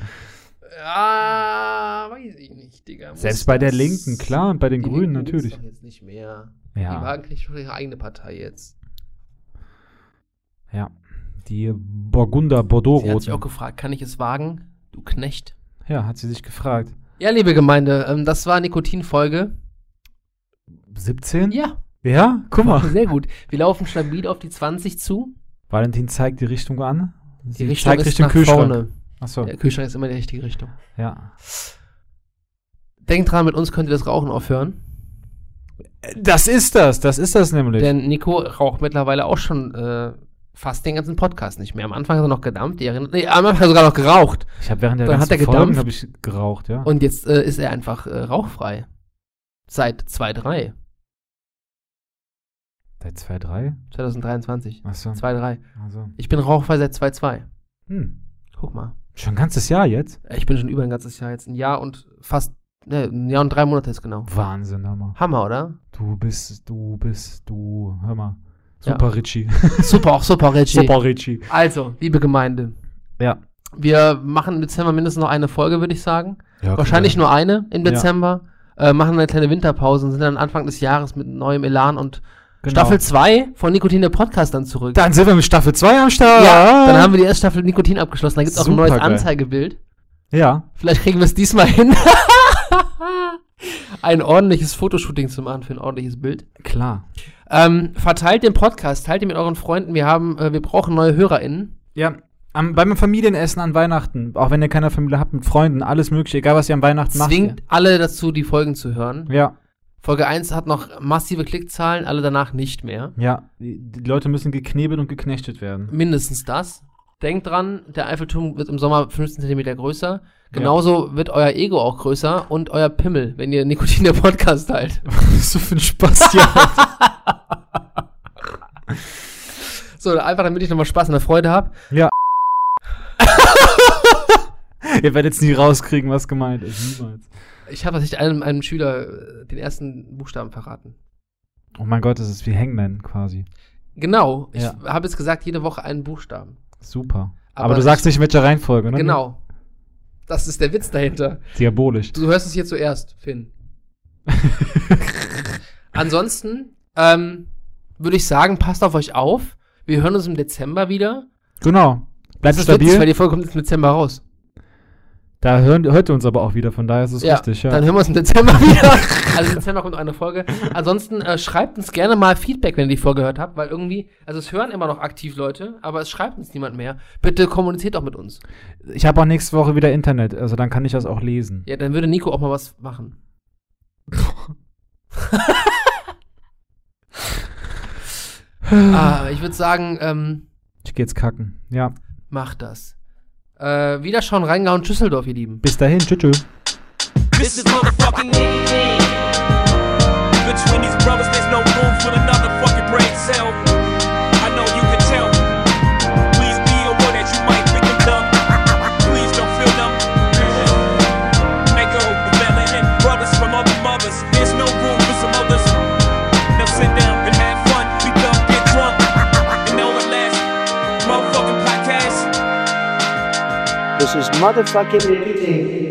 S1: Ah, weiß ich nicht, Digga. Muss
S2: Selbst bei der
S1: das-
S2: Linken, klar, und bei den
S1: Die
S2: Grünen
S1: Linken gibt's
S2: natürlich.
S1: Doch jetzt nicht mehr. Die
S2: Ja,
S1: waren kriegt schon ihre eigene Partei jetzt.
S2: ja. Die Burgunder
S1: Sie hat sich auch
S2: Bordeaux-Roten.
S1: gefragt, kann ich es wagen? Du Knecht.
S2: Ja, hat sie sich gefragt.
S1: Ja, liebe Gemeinde, ähm, das war Nikotinfolge.
S2: 17? Ja,
S1: Ja,
S2: guck mal.
S1: sehr gut. Wir laufen stabil auf die 20 zu.
S2: Valentin zeigt die Richtung an.
S1: Die
S2: Sie
S1: Richtung
S2: zeigt
S1: ist
S2: Richtung
S1: nach
S2: Kühlschrank.
S1: vorne.
S2: Achso,
S1: Der Kühlschrank ist immer die richtige Richtung.
S2: ja.
S1: Denkt dran, mit uns könnt ihr das Rauchen aufhören.
S2: Das ist das, das ist das nämlich.
S1: Denn Nico raucht mittlerweile auch schon äh, fast den ganzen Podcast nicht mehr. Am Anfang hat er noch gedampft. Ihr erinnert, nee, am Anfang hat er sogar noch geraucht.
S2: ich habe während der
S1: Dann hat
S2: ganzen
S1: er
S2: Folgen
S1: gedampft.
S2: hab ich geraucht, ja.
S1: Und jetzt äh, ist er einfach äh, rauchfrei. Seit 2-3.
S2: Seit 2, 3?
S1: 2023.
S2: Achso.
S1: 2-3.
S2: Also.
S1: Ich bin rauchfrei seit 2-2.
S2: Hm.
S1: Guck mal.
S2: Schon ein ganzes Jahr jetzt?
S1: Äh, Ich bin schon über ein ganzes Jahr jetzt. Ein Jahr und fast, ne, ein Jahr und drei Monate ist genau.
S2: Wahnsinn, hör mal.
S1: Hammer, oder?
S2: Du bist, du bist, du, hör mal.
S1: Ja.
S2: Super Richie.
S1: Super, auch super, Reggie.
S2: Super Richie.
S1: Also, liebe Gemeinde,
S2: Ja.
S1: wir machen im Dezember mindestens noch eine Folge, würde ich sagen.
S2: ja
S1: Wahrscheinlich
S2: nur.
S1: nur eine im
S2: Ja.
S1: Dezember. Äh, machen eine kleine Winterpause und sind dann Anfang des Jahres mit neuem Elan und
S2: Genau.
S1: Staffel 2 von Nikotin der Podcast dann zurück.
S2: Dann sind wir mit Staffel 2 am Start.
S1: ja, dann haben wir die erste Staffel Nikotin abgeschlossen. Da gibt es auch ein neues
S2: Supergeil.
S1: Anzeigebild.
S2: Ja.
S1: Vielleicht kriegen wir es diesmal hin. ein ordentliches Fotoshooting zu machen für ein ordentliches Bild.
S2: Klar.
S1: Ähm, verteilt den Podcast, teilt ihn mit euren Freunden. Wir haben, äh, wir brauchen neue HörerInnen.
S2: Ja. Am, beim Familienessen an Weihnachten, auch wenn ihr keine Familie habt, mit Freunden, alles mögliche, egal was ihr an Weihnachten
S1: Zwingt alle dazu, die Folgen zu hören.
S2: macht. Ja,
S1: Folge 1 hat noch massive Klickzahlen, alle danach nicht mehr.
S2: ja. Die, die Leute müssen geknebelt und geknechtet werden.
S1: Mindestens das. Denkt dran, der Eiffelturm wird im Sommer 15 cm größer. Genauso wird euer Ego auch größer und euer Pimmel, wenn ihr Nikotin der Podcast teilt.
S2: so für ein Spaß, ja.
S1: So, einfach damit ich nochmal Spaß und Freude habe.
S2: ihr werdet es nie rauskriegen, was gemeint ist. Niemals.
S1: Ich habe tatsächlich einem, einem Schüler äh, den ersten Buchstaben verraten.
S2: Oh mein Gott, das ist wie Hangman quasi.
S1: Genau, ich
S2: Ja.
S1: habe jetzt gesagt, jede Woche einen Buchstaben.
S2: Super. Aber,
S1: Aber
S2: du sagst nicht, in welcher Reihenfolge, ne?
S1: Genau. Das ist der Witz dahinter.
S2: Diabolisch.
S1: Du hörst es hier zuerst, Finn. Ansonsten ähm, würde ich sagen, passt auf euch auf. Wir hören uns im Dezember wieder.
S2: Genau. Bleibt
S1: Das ist
S2: stabil.
S1: witzig, weil die Folge kommt jetzt im Dezember raus.
S2: da hören, hört ihr uns aber auch wieder, von daher ist es richtig, ja.
S1: Dann hören wir uns im Dezember wieder. Also im Dezember kommt noch eine Folge. Ansonsten äh, schreibt uns gerne mal Feedback, wenn ihr die Folge gehört habt, weil irgendwie, also es hören immer noch aktiv Leute, aber es schreibt uns niemand mehr. Bitte kommuniziert auch mit uns.
S2: Ich habe auch nächste Woche wieder Internet, also dann kann ich das auch lesen.
S1: Ja, dann würde Nico auch mal was machen. ah, ich würde sagen, ähm,
S2: Ich geh jetzt kacken. Ja.
S1: macht das. Äh, wieder schauen, reingehauen, Schüsseldorf, ihr Lieben.
S2: Bis dahin, tschüss. tschüss.
S3: This is motherfucking me. Between these brothers, there's no room for another fucking brain cell. I know you can tell. Please be aware that you might think I'm dumb. Please don't feel dumb. Echo the melanin brothers from other mothers. There's no room for some others. Now sit down and have fun. We dumb, get drunk. And know the last motherfucking podcast.
S4: This is motherfucking everything.